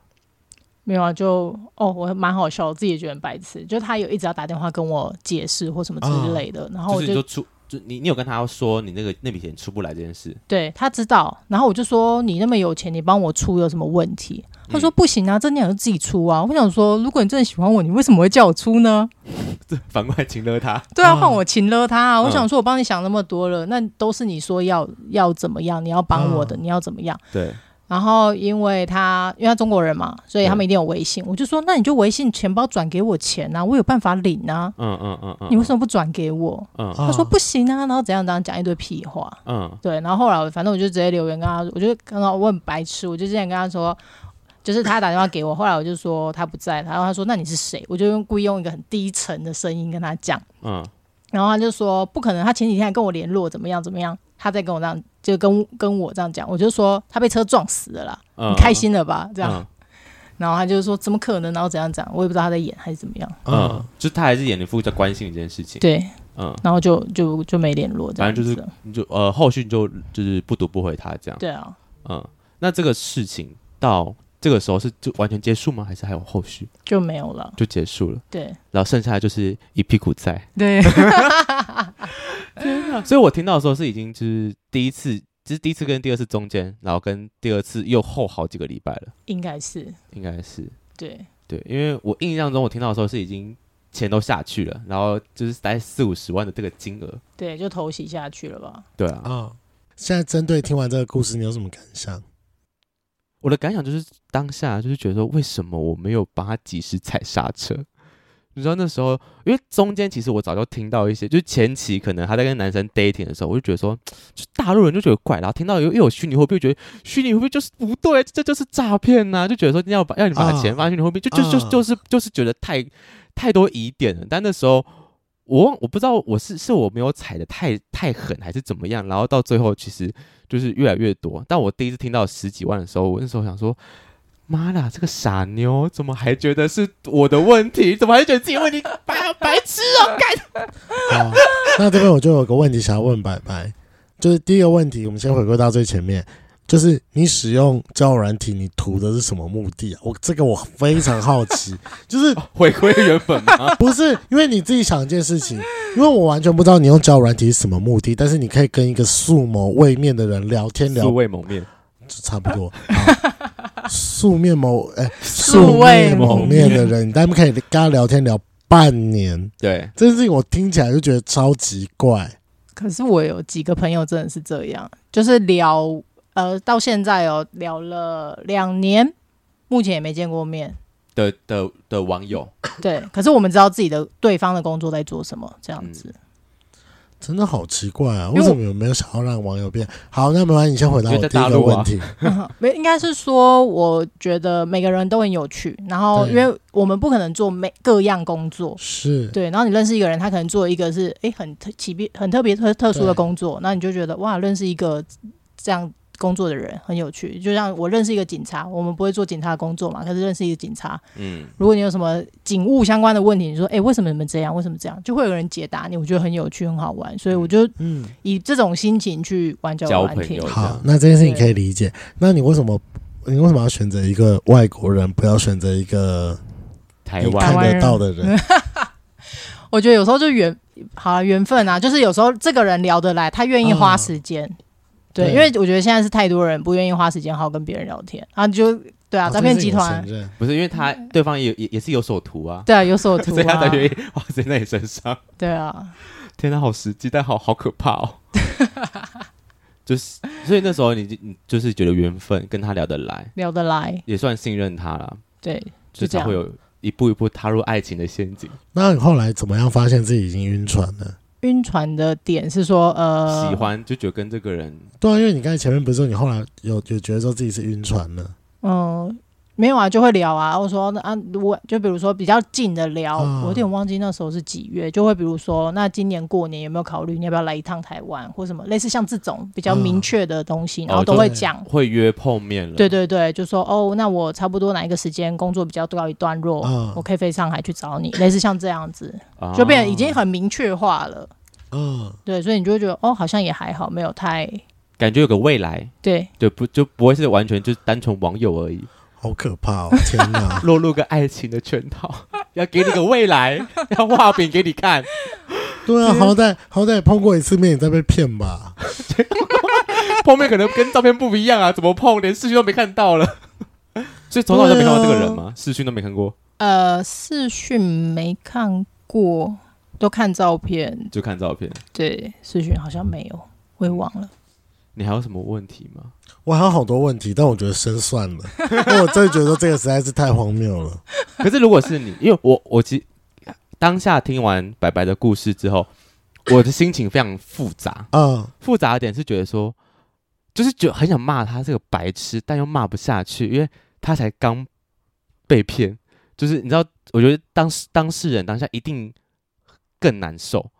C: 没有啊，就哦，我蛮好笑，我自己也觉得很白痴。就他有一直要打电话跟我解释或什么之类的，然后
B: 啊就
C: 我
B: 是
C: 就
B: 你就出就你你有跟他说你那个那笔钱出不来这件事，
C: 对他知道，然后我就说你那么有钱，你帮我出有什么问题？他
B: 嗯
C: 说不行啊，这你想就自己出啊。我想说，如果你真的喜欢我，你为什么会叫我出呢？
B: 这反过来请了他，
C: 对啊，
A: 嗯
C: 换我请了他、啊。我
B: 嗯
C: 想说，我帮你想那么多了，那都是你说要要怎么样，你要帮我的，
A: 嗯
C: 你要怎么样。
B: 对，
C: 然后因为他因为他中国人嘛，所以他们
B: 对
C: 一定有微信。我就说，那你就微信钱包转给我钱啊，我有办法领啊。
B: 嗯嗯嗯嗯，
C: 你为什么不转给我？
B: 嗯
A: 啊
C: 他说不行啊，然后怎样怎样讲一堆屁话。
B: 嗯
C: 对，然后后来我反正我就直接留言跟他，我就刚刚我很白痴，我就之前跟他说，就是他打电话给我，后来我就说他不在，然后他说那你是谁？我就用故意用一个很低沉的声音跟他讲，
B: 嗯
C: 然后他就说不可能，他前几天还跟我联络，怎么样怎么样，他在跟我这样就跟跟我这样讲，我就说他被车撞死了啦，
B: 嗯，
C: 你开心了吧？这样，
B: 嗯
C: 然后他就说怎么可能，然后怎样怎样，我也不知道他在演还是怎么样，
B: 嗯，就他还是演你负责关心你这件事情，
C: 对，
B: 嗯，
C: 然后就就就没联络，这样
B: 反正就是
C: 子
B: 你就呃后续你就就是不读不回他这样，
C: 对啊。
B: 嗯，那这个事情到这个时候是就完全结束吗？还是还有后续
C: 就没有了。
B: 就结束了？
C: 对
B: 然后剩下的就是一屁股债，
C: 对，
B: 所以我听到的时候是已经就是第一次，就是第一次跟第二次中间，然后跟第二次又后好几个礼拜了，
C: 应该是
B: 应该是
C: 对，
B: 对，因为我印象中我听到的时候是已经钱都下去了，然后就是大概四五十万的这个金额，
C: 对，就偷袭下去了吧。
B: 对啊，
A: 啊！现在针对听完这个故事，你有什么感想？
B: 我的感想就是当下就是觉得说，为什么我没有帮他及时踩刹车？你知道那时候，因为中间其实我早就听到一些，就是前期可能他在跟男生 dating 的时候，我就觉得说，就大陆人就觉得怪，然后听到又又有虚拟货币，就觉得虚拟货币就是不对，这就是诈骗呐、就觉得说要把要你把
A: 啊
B: 钱放在虚拟货币，就就就
A: 啊
B: 就是就是觉得太太多疑点了。但那时候我忘我不知道我是是我没有踩的太太狠还是怎么样，然后到最后其实就是越来越多。但我第一次听到十几万的时候，我那时候想说，妈啦，这个傻妞怎么还觉得是我的问题？怎么还觉得自己的问题白白 痴哦、干！
A: 好， 那这边我就有个问题想要问白白，就是第一个问题，我们先回归到最前面，就是你使用交友软体，你图的是什么目的啊？我这个我非常好奇， 就是
B: 回归原本吗？
A: 不是因为你自己想一件事情，因为我完全不知道你用交友软体是什么目的，但是你可以跟一个素谋未面的人聊天聊
B: 素未谋面，
A: 就差不多。好素面谋哎，
C: 素未
A: 素
C: 谋
A: 谋面的人，你他们可以跟他聊天聊半年，
B: 对，
A: 这件事情我听起来就觉得超级怪。
C: 可是我有几个朋友真的是这样，就是聊呃到现在哦，聊了两年，目前也没见过面。
B: 的的的网友，
C: 对，可是我们知道自己的对方的工作在做什么，这样子。
A: 真的好奇怪啊！
C: 因
A: 为
C: 为我
A: 什么有没有想要让网友变好？那没关系，你先回答我
B: 因为在
A: 第一
B: 大
A: 个
B: 陆啊
A: 问题。
C: 嗯 没、应该是说，我觉得每个人都很有趣，然后因
A: 对
C: 为我们不可能做每各样工作，
A: 是，
C: 对，然后你认识一个人，他可能做一个是诶很特奇别、很特别特特殊
A: 对
C: 的工作，那你就觉得哇，认识一个这样工作的人很有趣。就像我认识一个警察，我们不会做警察的工作嘛，可是认识一个警察，
B: 嗯，
C: 如果你有什么警务相关的问题，你说诶为什么你们这样，为什么这样，就会有人解答你，我觉得很有趣，很好玩，所以我就
A: 嗯，
C: 以这种心情去玩交友
B: 交
C: 软
B: 朋
C: 体
B: 友。
A: 好，那这件事情可以理解。那你为什么你为什么要选择一个外国人，不要选择一个
B: 台
A: 你
B: 湾
A: 看
C: 湾
A: 得
C: 人
A: 到的人？
C: 我觉得有时候就缘好啊，缘分啊，就是有时候这个人聊得来，他愿意花
B: 嗯
C: 时间。对，
A: 对
C: 因为我觉得现在是太多人不愿意花时间好好跟别人聊天，然后就对 啊，
A: 哦
C: 诈骗
A: 这件事
C: 集
A: 情我
C: 团
A: 承，认
B: 不是因为他对方也也也是有所图啊，
C: 对啊，有所图
B: 所以他才
C: 啊，
B: 愿意花钱在你身上。
C: 对啊，
B: 天哪，好实际，但好好可怕 哦。就是，所以那时候你你就是觉得缘分跟他聊得来，
C: 聊得来，
B: 也算信任他了，
C: 对，
B: 就
C: 就这
B: 才
C: 样
B: 会有一步一步踏入爱情的陷阱。
A: 那你后来怎么样发现自己已经晕船了？
C: 晕船的点是说，呃，
B: 喜欢就觉得跟这个人
A: 对啊，因为你刚才前面不是说你后来有有觉得说自己是晕船了，
C: 嗯，没有啊，就会聊啊。我说那啊，我就比如说比较近的聊，
A: 嗯
C: 我有点忘记那时候是几月，就会比如说，那今年过年有没有考虑你要不要来一趟台湾，或什么类似像这种比较明确的东西，
B: 嗯
C: 然后
B: 哦
C: 都
B: 就
C: 会
A: 是
C: 讲。
B: 会约碰面了。
C: 对对对，就说哦，那我差不多哪一个时间工作比较告一段落，
A: 嗯
C: 哦我可以飞上海去找你，类似像这样子，
B: 啊，
C: 就变得已经很明确化了。
A: 嗯，
C: 对，所以你就会觉得哦，好像也还好，没有太
B: 感觉有个未来，
C: 对
B: 就不就不会是完全就是单纯网友而 已，，
A: 好可怕哦！天哪
B: 落入个爱情的圈套，要给你个未来，要画饼给你看。
A: 对啊，好歹好歹碰过一次面，你再被骗吧？
B: 碰面可能跟照片不一样啊，怎么碰连视讯都没看到了， 所以从小就没看过这个人吗？视讯都没看过，
C: 呃，视讯没看过，都看照片，
B: 就看照片。
C: 对，视讯好像没有，我也忘了。
B: 你还有什么问题吗？
A: 我还有好多问题，但我觉得先算了， 因为我真的觉得这个实在是太荒谬了。
B: 可是如果是你，因为我我其实当下听完白白的故事之后，我的心情非常复杂，
A: 嗯，
B: 复杂的点是觉得说，就是觉得很想骂他这个白痴，但又骂不下去，因为他才刚被骗，就是你知道，我觉得当事当事人当下一定更难受，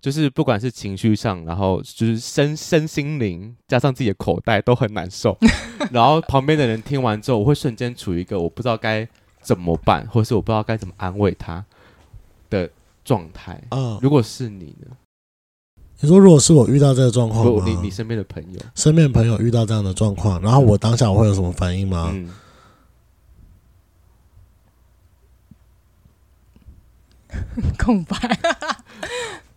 B: 就是不管是情绪上，然后就是身身心灵加上自己的口袋都很难受，然后旁边的人听完之后，我会瞬间处于一个我不知道该怎么办，或是我不知道该怎么安慰他的状态。
A: 嗯，
B: 如果是你呢？
A: 你说如果是我遇到这个状况
B: 不，
A: 吗？
B: 你你身边的朋友，
A: 身边朋友遇到这样的状况，然后我当下我会有什么反应吗？
B: 嗯。
C: 空白，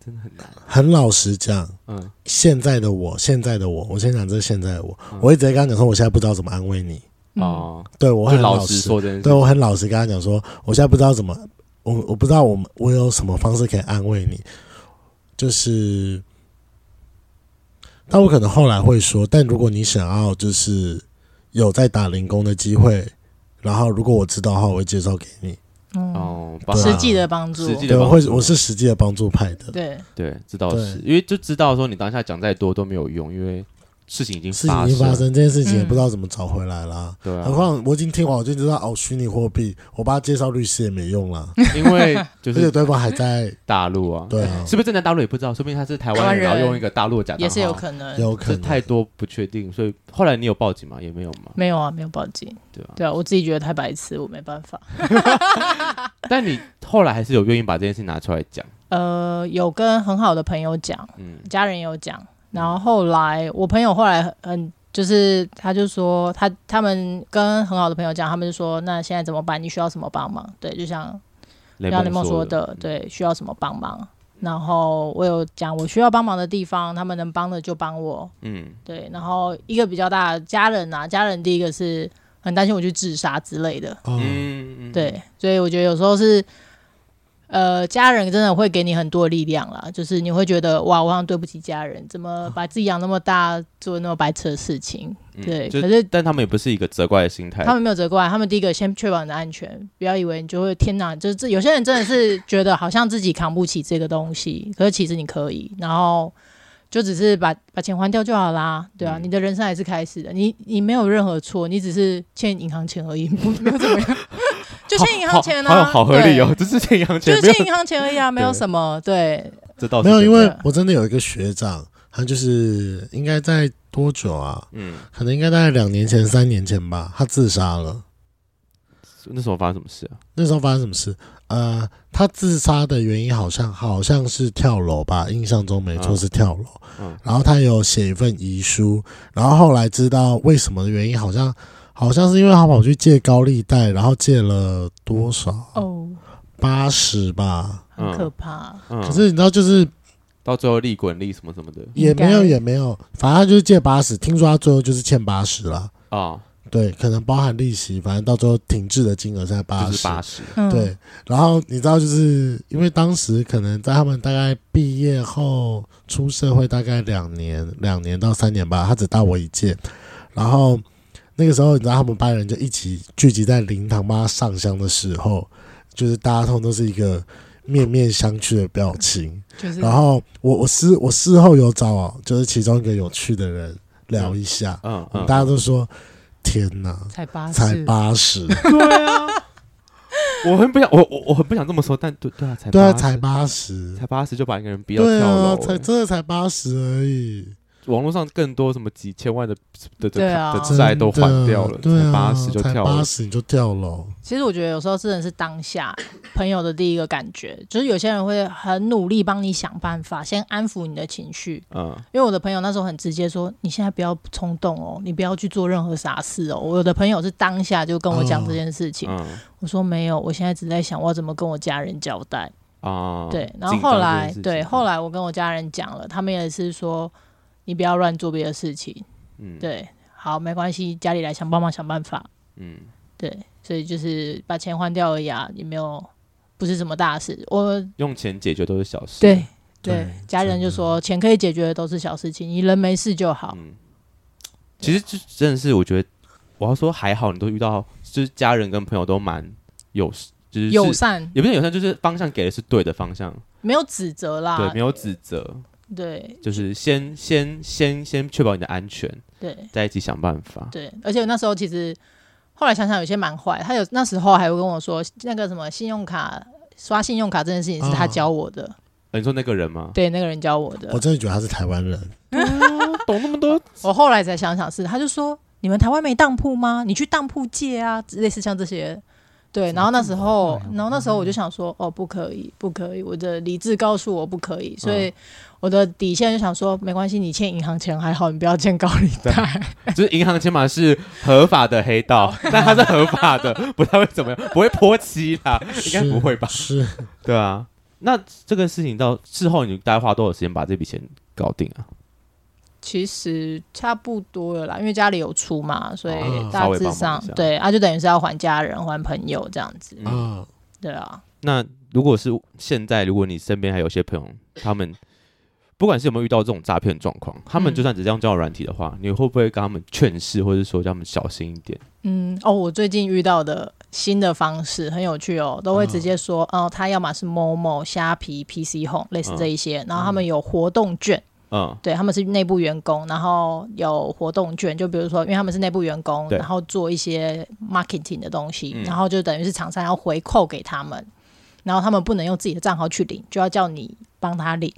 B: 真的很难。
A: 很老实讲，
B: 嗯，
A: 现在的我，现在的我，我先讲这是现在的我，
B: 嗯
A: 我会直接跟他讲说，我现在不知道怎么安慰你。
C: 嗯
B: 哦，
A: 对我
B: 就
A: 很老
B: 实
A: 实，
B: 说这件事。
A: 对我很老实跟他讲说，我现在不知道怎么，我我不知道我们我有什么方式可以安慰你，就是，但我可能后来会说，但如果你想要就是有在打零工的机会，然后如果我知道的话，我会介绍给你。
C: 嗯，
B: 哦，
A: 对啊
C: 实际的帮助啊
B: 实，际
A: 对，
B: 的
A: 我
B: 帮
A: 会
B: 助
A: 我是实际的帮助派的，
C: 对，
B: 对，知道
A: 对
B: 是因为就知道说你当下讲再多都没有用，因为事情已经
A: 事情已经发
B: 生，
A: 生，这件事情也
C: 嗯
A: 不知道怎么找回来啦。
B: 对
A: 何
B: 啊，
A: 况我已经听完，我就知道哦，虚拟货币，我帮他介绍律师也没用啦，
B: 因为就
A: 而 且
B: 是
A: 对方还 在，
B: 大陆啊，
A: 对啊，
B: 是不是真的大陆也不知道，说不定他是台
C: 台
B: 湾
C: 湾
B: 人，然后
C: 人
B: 用一个大陆的假账
C: 也是有
B: 号
C: 可能。
A: 啊有
B: 这
A: 可能
B: 太多不确定，所以后来你有报警吗？也没有嘛，
C: 没有啊，没有报警。
B: 对啊。
C: 对啊，我自己觉得太白痴，我没办法。
B: 但你后来还是有愿意把这件事拿出来讲，
C: 呃，有跟很好的朋友讲，
B: 嗯，
C: 家人也有讲，然后后来我朋友后来很很就是，他就说他他们跟很好的朋友讲，他们就说那现在怎么办？你需要什么帮忙？对，就像
B: 雷
C: 像
B: 梦
C: 雷梦说
B: 的，嗯
C: 的，对，需要什么帮忙？然后我有讲我需要帮忙的地方，他们能帮的就帮我。
B: 嗯，
C: 对，然后一个比较大的家人啊，家人第一个是很担心我去自杀之类的，
A: 嗯，
B: 嗯，嗯，
C: 对，所以我觉得有时候是，呃，家人真的会给你很多力量啦，就是你会觉得哇，我好像对不起家人，怎么把自己养那么大，做那么白痴的事情？
B: 哦嗯
C: 对，
B: 就
C: 可是
B: 但他们也不是一个责怪的心态，
C: 他们没有责怪，他们第一个先确保你的安全，不要以为你就会天哪，就是这有些人真的是觉得好像自己扛不起这个东西，可是其实你可以，然后就只是把把钱还掉就好啦，对啊，
B: 嗯
C: 你的人生还是开始的，你你没有任何错，你只是欠银行钱而已，不没有怎么 样，就欠银行钱啊，
B: 好好好合理
C: 对
B: 哦，，只是欠银行
C: 就
B: 钱，
C: 是
B: 没有
C: 欠银行钱而已啊，没有
B: 对
C: 什么，对，
B: 这哦倒
A: 没
B: 是
A: 有，
B: 真
A: 因
B: 的
A: 为我真的有一个学长，他就是应该在多久啊？
B: 嗯，
A: 可能应该大概两年前、三年前吧，他自杀了。
B: 那时候发生什么事啊？
A: 那时候发生什么事？呃，他自杀的原因好像好像是跳楼吧，印象中没错
B: 嗯
A: 是跳楼。
B: 嗯
A: 然后他有写一份遗书，然后后来知道为什么的原因，好像好像是因为他跑去借高利贷，然后借了多少？
C: 哦，
A: 八十吧。
C: 很
B: 嗯
C: 可怕，
B: 嗯，
A: 可是你知道，就是
B: 到最后利滚利什么什么的
A: 也没有
C: 应该
A: 也没有，反正他就是借八十。听说他最后就是欠八十了。
B: 啊，
A: 对，可能包含利息，反正到最后停滞的金额是在八
B: 就
A: 十
B: 是。八十，
C: 嗯，
A: 对，然后你知道，就是因为当时可能在他们大概毕业后出社会大概两年，两年到三年吧，他只大我一届。然后那个时候，你知道他们班人就一起聚集在灵堂帮他上香的时候，就是大家通通都是一个面面相觑的表情。
C: 就是
A: 然后我我事我事后有找，就是其中一个有趣的人聊一下，
B: 嗯
A: 我们
B: 嗯，
A: 大家都说天哪，
C: 才八十，
A: 才八 十，
B: 对啊，我很不想，我我我很不想这么说，但对对啊，才
A: 对啊，
B: 80
A: 才八十，
B: 才八十就把一个人逼到
A: 对
B: 跳楼
A: 啊，
B: 欸，
A: 才真的才八十而已，
B: 网络上更多什么几千万的的
C: 对啊
B: 的的债都还掉了，
A: 真的对
B: 才
A: 啊，
B: 八十就跳
A: 八
B: 了，
A: 十你就跳楼，
C: 其实我觉得有时候真的是当下 朋友的第一个感觉，就是有些人会很努力帮你想办法，先安抚你的情绪。
B: 嗯，
C: 因为我的朋友那时候很直接说：“你现在不要冲动哦，你不要去做任何傻事哦。”我有的朋友是当下就跟我讲这件事情，
B: 嗯
C: 我说没有，我现在只在想我要怎么跟我家人交代。
B: 啊，
C: 对，然后
B: 紧张
C: 后
B: 这件
C: 来
B: 事情
C: 对后，来我跟我家人讲了，他们也是说你不要乱做别的事情。
B: 嗯，
C: 对，好，没关系，家里来想帮忙想办法。
B: 嗯，
C: 对，所以就是把钱换掉而已啊，也没有不是什么大事。我
B: 用钱解决都是小事，啊
C: 对对
A: 对，
C: 家人就说钱可以解决的都是小事情，你人没事就好。
B: 嗯，其实就真的是，我觉得我要说还好，你都遇到，就是家人跟朋友都蛮友，就是
C: 友
B: 是
C: 善，
B: 也不是友善，就是方向给的是对的方向，
C: 没有指责
B: 对，
C: 啦
B: 没。有指责，
C: 对
B: 就是先先先先确保你的安全，
C: 对
B: 再一起想办法。
C: 对，而且那时候其实后来想想有些蛮坏，他有那时候还会跟我说那个什么信用卡刷信用卡这件事情是他
B: 啊
A: 哦
C: 教我的，
B: 呃你说那个人吗？
C: 对，那个人教我的
B: 啊
A: 我。真的觉得他是台湾人，
B: 懂那么多，
C: 我后来才想想是，他就说你们台湾没当铺吗？你去当铺借啊，类似像这些。对，然后那时候，
B: 啊
C: 然后那时候我就
B: 嗯
C: 想说，哦，不可以，不可以，我的理智告诉我不可以，所
B: 嗯
C: 以我的底线就想说，没关系，你欠银行钱还好，你不要欠高利贷。
B: 就是银行钱码是合法的黑道，但他是合法的，不太会怎么样，不会泼漆啦，应该
A: 是
B: 不会吧？
A: 是，
B: 对啊，那这个事情到事后你大概花多少时间把这笔钱搞定啊？
C: 其实差不多了啦，因为家里有出嘛，所以
A: 哦
C: 大
B: 啊稍微
C: 致
B: 帮忙
C: 上
B: 一下
C: 对，啊，就等于是要还家人、还朋友这样子，
B: 嗯，
A: 啊，
C: 对啊，
B: 那如果是现在，如果你身边还有些朋友，他们不管是有没有遇到这种诈骗状况，他们
C: 嗯
B: 就算只是用交友软体的话，你会不会跟他们劝世，或者说叫他们小心一点？
C: 嗯，哦，我最近遇到的新的方式很有趣哦，都会直接说，
B: 嗯
C: 哦、他要么是某某虾皮、PC Home 类似这一些，然后他们有活动券，
B: 嗯
C: 对，他们是内部员工，然后有活动券，就比如说，因为他们是内部员工，
B: 对
C: 然后做一些 marketing 的东西，
B: 嗯
C: 然后就等于是厂商要回扣给他们，然后他们不能用自己的账号去领，就要叫你帮他领，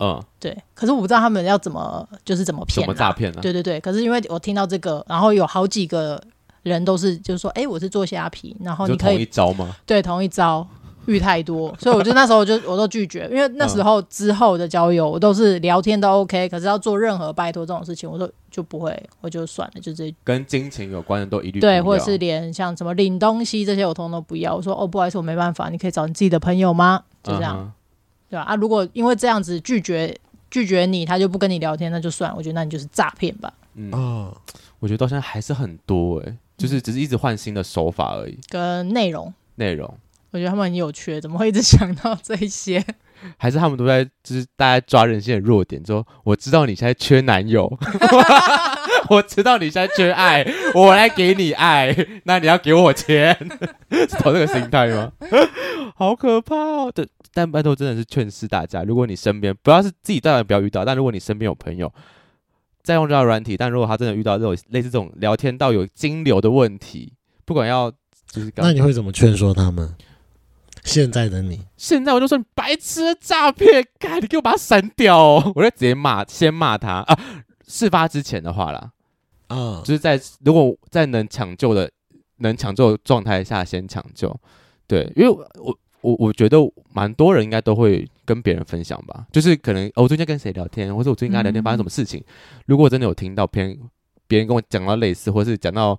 B: 嗯，
C: 对，可是我不知道他们要怎么，就是怎么
B: 什
C: 骗啊
B: 么
C: 啦，
B: 诈骗呢？啊
C: 对对对，可是因为我听到这个，然后有好几个人都是就是说，哎，我是做虾皮，然后
B: 就
C: 你可
B: 同一
C: 以
B: 招吗？
C: 对同一招。遇太多，所以我就那时候我就我都拒绝，因为那时候之后的交友我都是聊天都 OK，可是要做任何拜托这种事情，我都就不会，我就算了，就直接
B: 跟金钱有关的都一律
C: 对，
B: 不
C: 或
B: 要
C: 者是连像什么领东西这些我通通都不要。我说哦，不好意思，我没办法，你可以找你自己的朋友吗？就这样，
B: 嗯哼
C: 对吧、啊？如果因为这样子拒绝拒绝你，他就不跟你聊天，那就算了，我觉得那你就是诈骗吧。
B: 嗯
A: 啊，
B: 我觉得到现在还是很多哎、
C: 嗯
B: 就是只是一直换新的手法而已，
C: 跟内容，
B: 内容
C: 我觉得他们很有趣，怎么会一直想到这一些？
B: 还是他们都在就是大家抓人性的弱点，说我知道你现在缺男 友，我知道你现在缺爱，我来给你爱，那你要给我钱，是投这个心态 吗？好可怕哦！对，但拜托真的是劝世大家，如果你身边不要是自己当然不要遇到，但如果你身边有朋友。在用这样的软体，但如果他真的遇到这种类似这种聊天到有金流的问题，不管要就是刚
A: 那你会怎么劝说他们？现在的你，
B: 现在我就说你白痴的诈骗，干你给我把它删掉哦！我就直接骂，先骂他啊。事发之前的话啦，
D: 嗯
A: 啊
B: 就是在如果在能抢救的、能抢救的状态下先抢救，对，因为我我我我觉得蛮多人应该都会跟别人分享吧，就是可能、哦、我最近在跟谁聊天，或者我最近跟他聊天
C: 嗯
B: 发生什么事情，如果真的有听到别人别人跟我讲到类似，或是讲到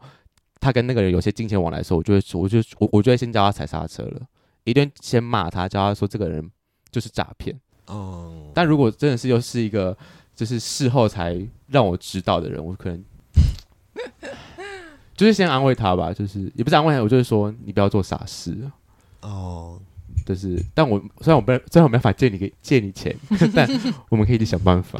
B: 他跟那个人有些金钱往来的时候，我就会说，我就我我就会先叫他踩刹车了，一定先骂他，叫他说这个人就是诈骗。
A: 嗯，
B: 但如果真的是又是一个 就是事后才让我知道的人，我可能就是先安慰他吧，就是也不是安慰他，我就是说你不要做傻事，
A: 哦，
B: 就是但我虽然我不虽然我没办法借你给借你钱， 但我们可以一起想办法。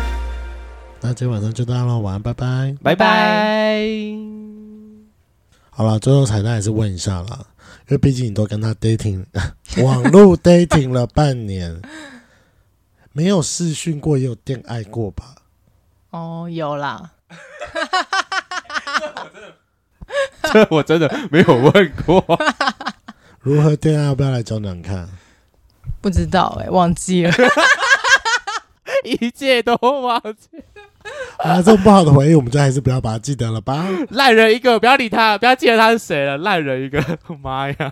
A: 那今天晚上就这样了，晚安，拜拜。
B: 拜拜。
A: 好了，最后彩蛋还是问一下啦，因为毕竟你都跟他 dating 网络 dating 了半年，没有试训过，也有恋爱过吧？
C: 哦，有啦，
B: 这 我真的没有问 过，
A: 如何恋爱？要不要来教你看？
C: 不知道哎、忘记了。
B: 一切都忘记。
A: 啊，这么不好的回忆，我们就还是不要把它记得了吧。
B: 烂人一个，不要理他，不要记得他是谁了，烂人一个，妈呀！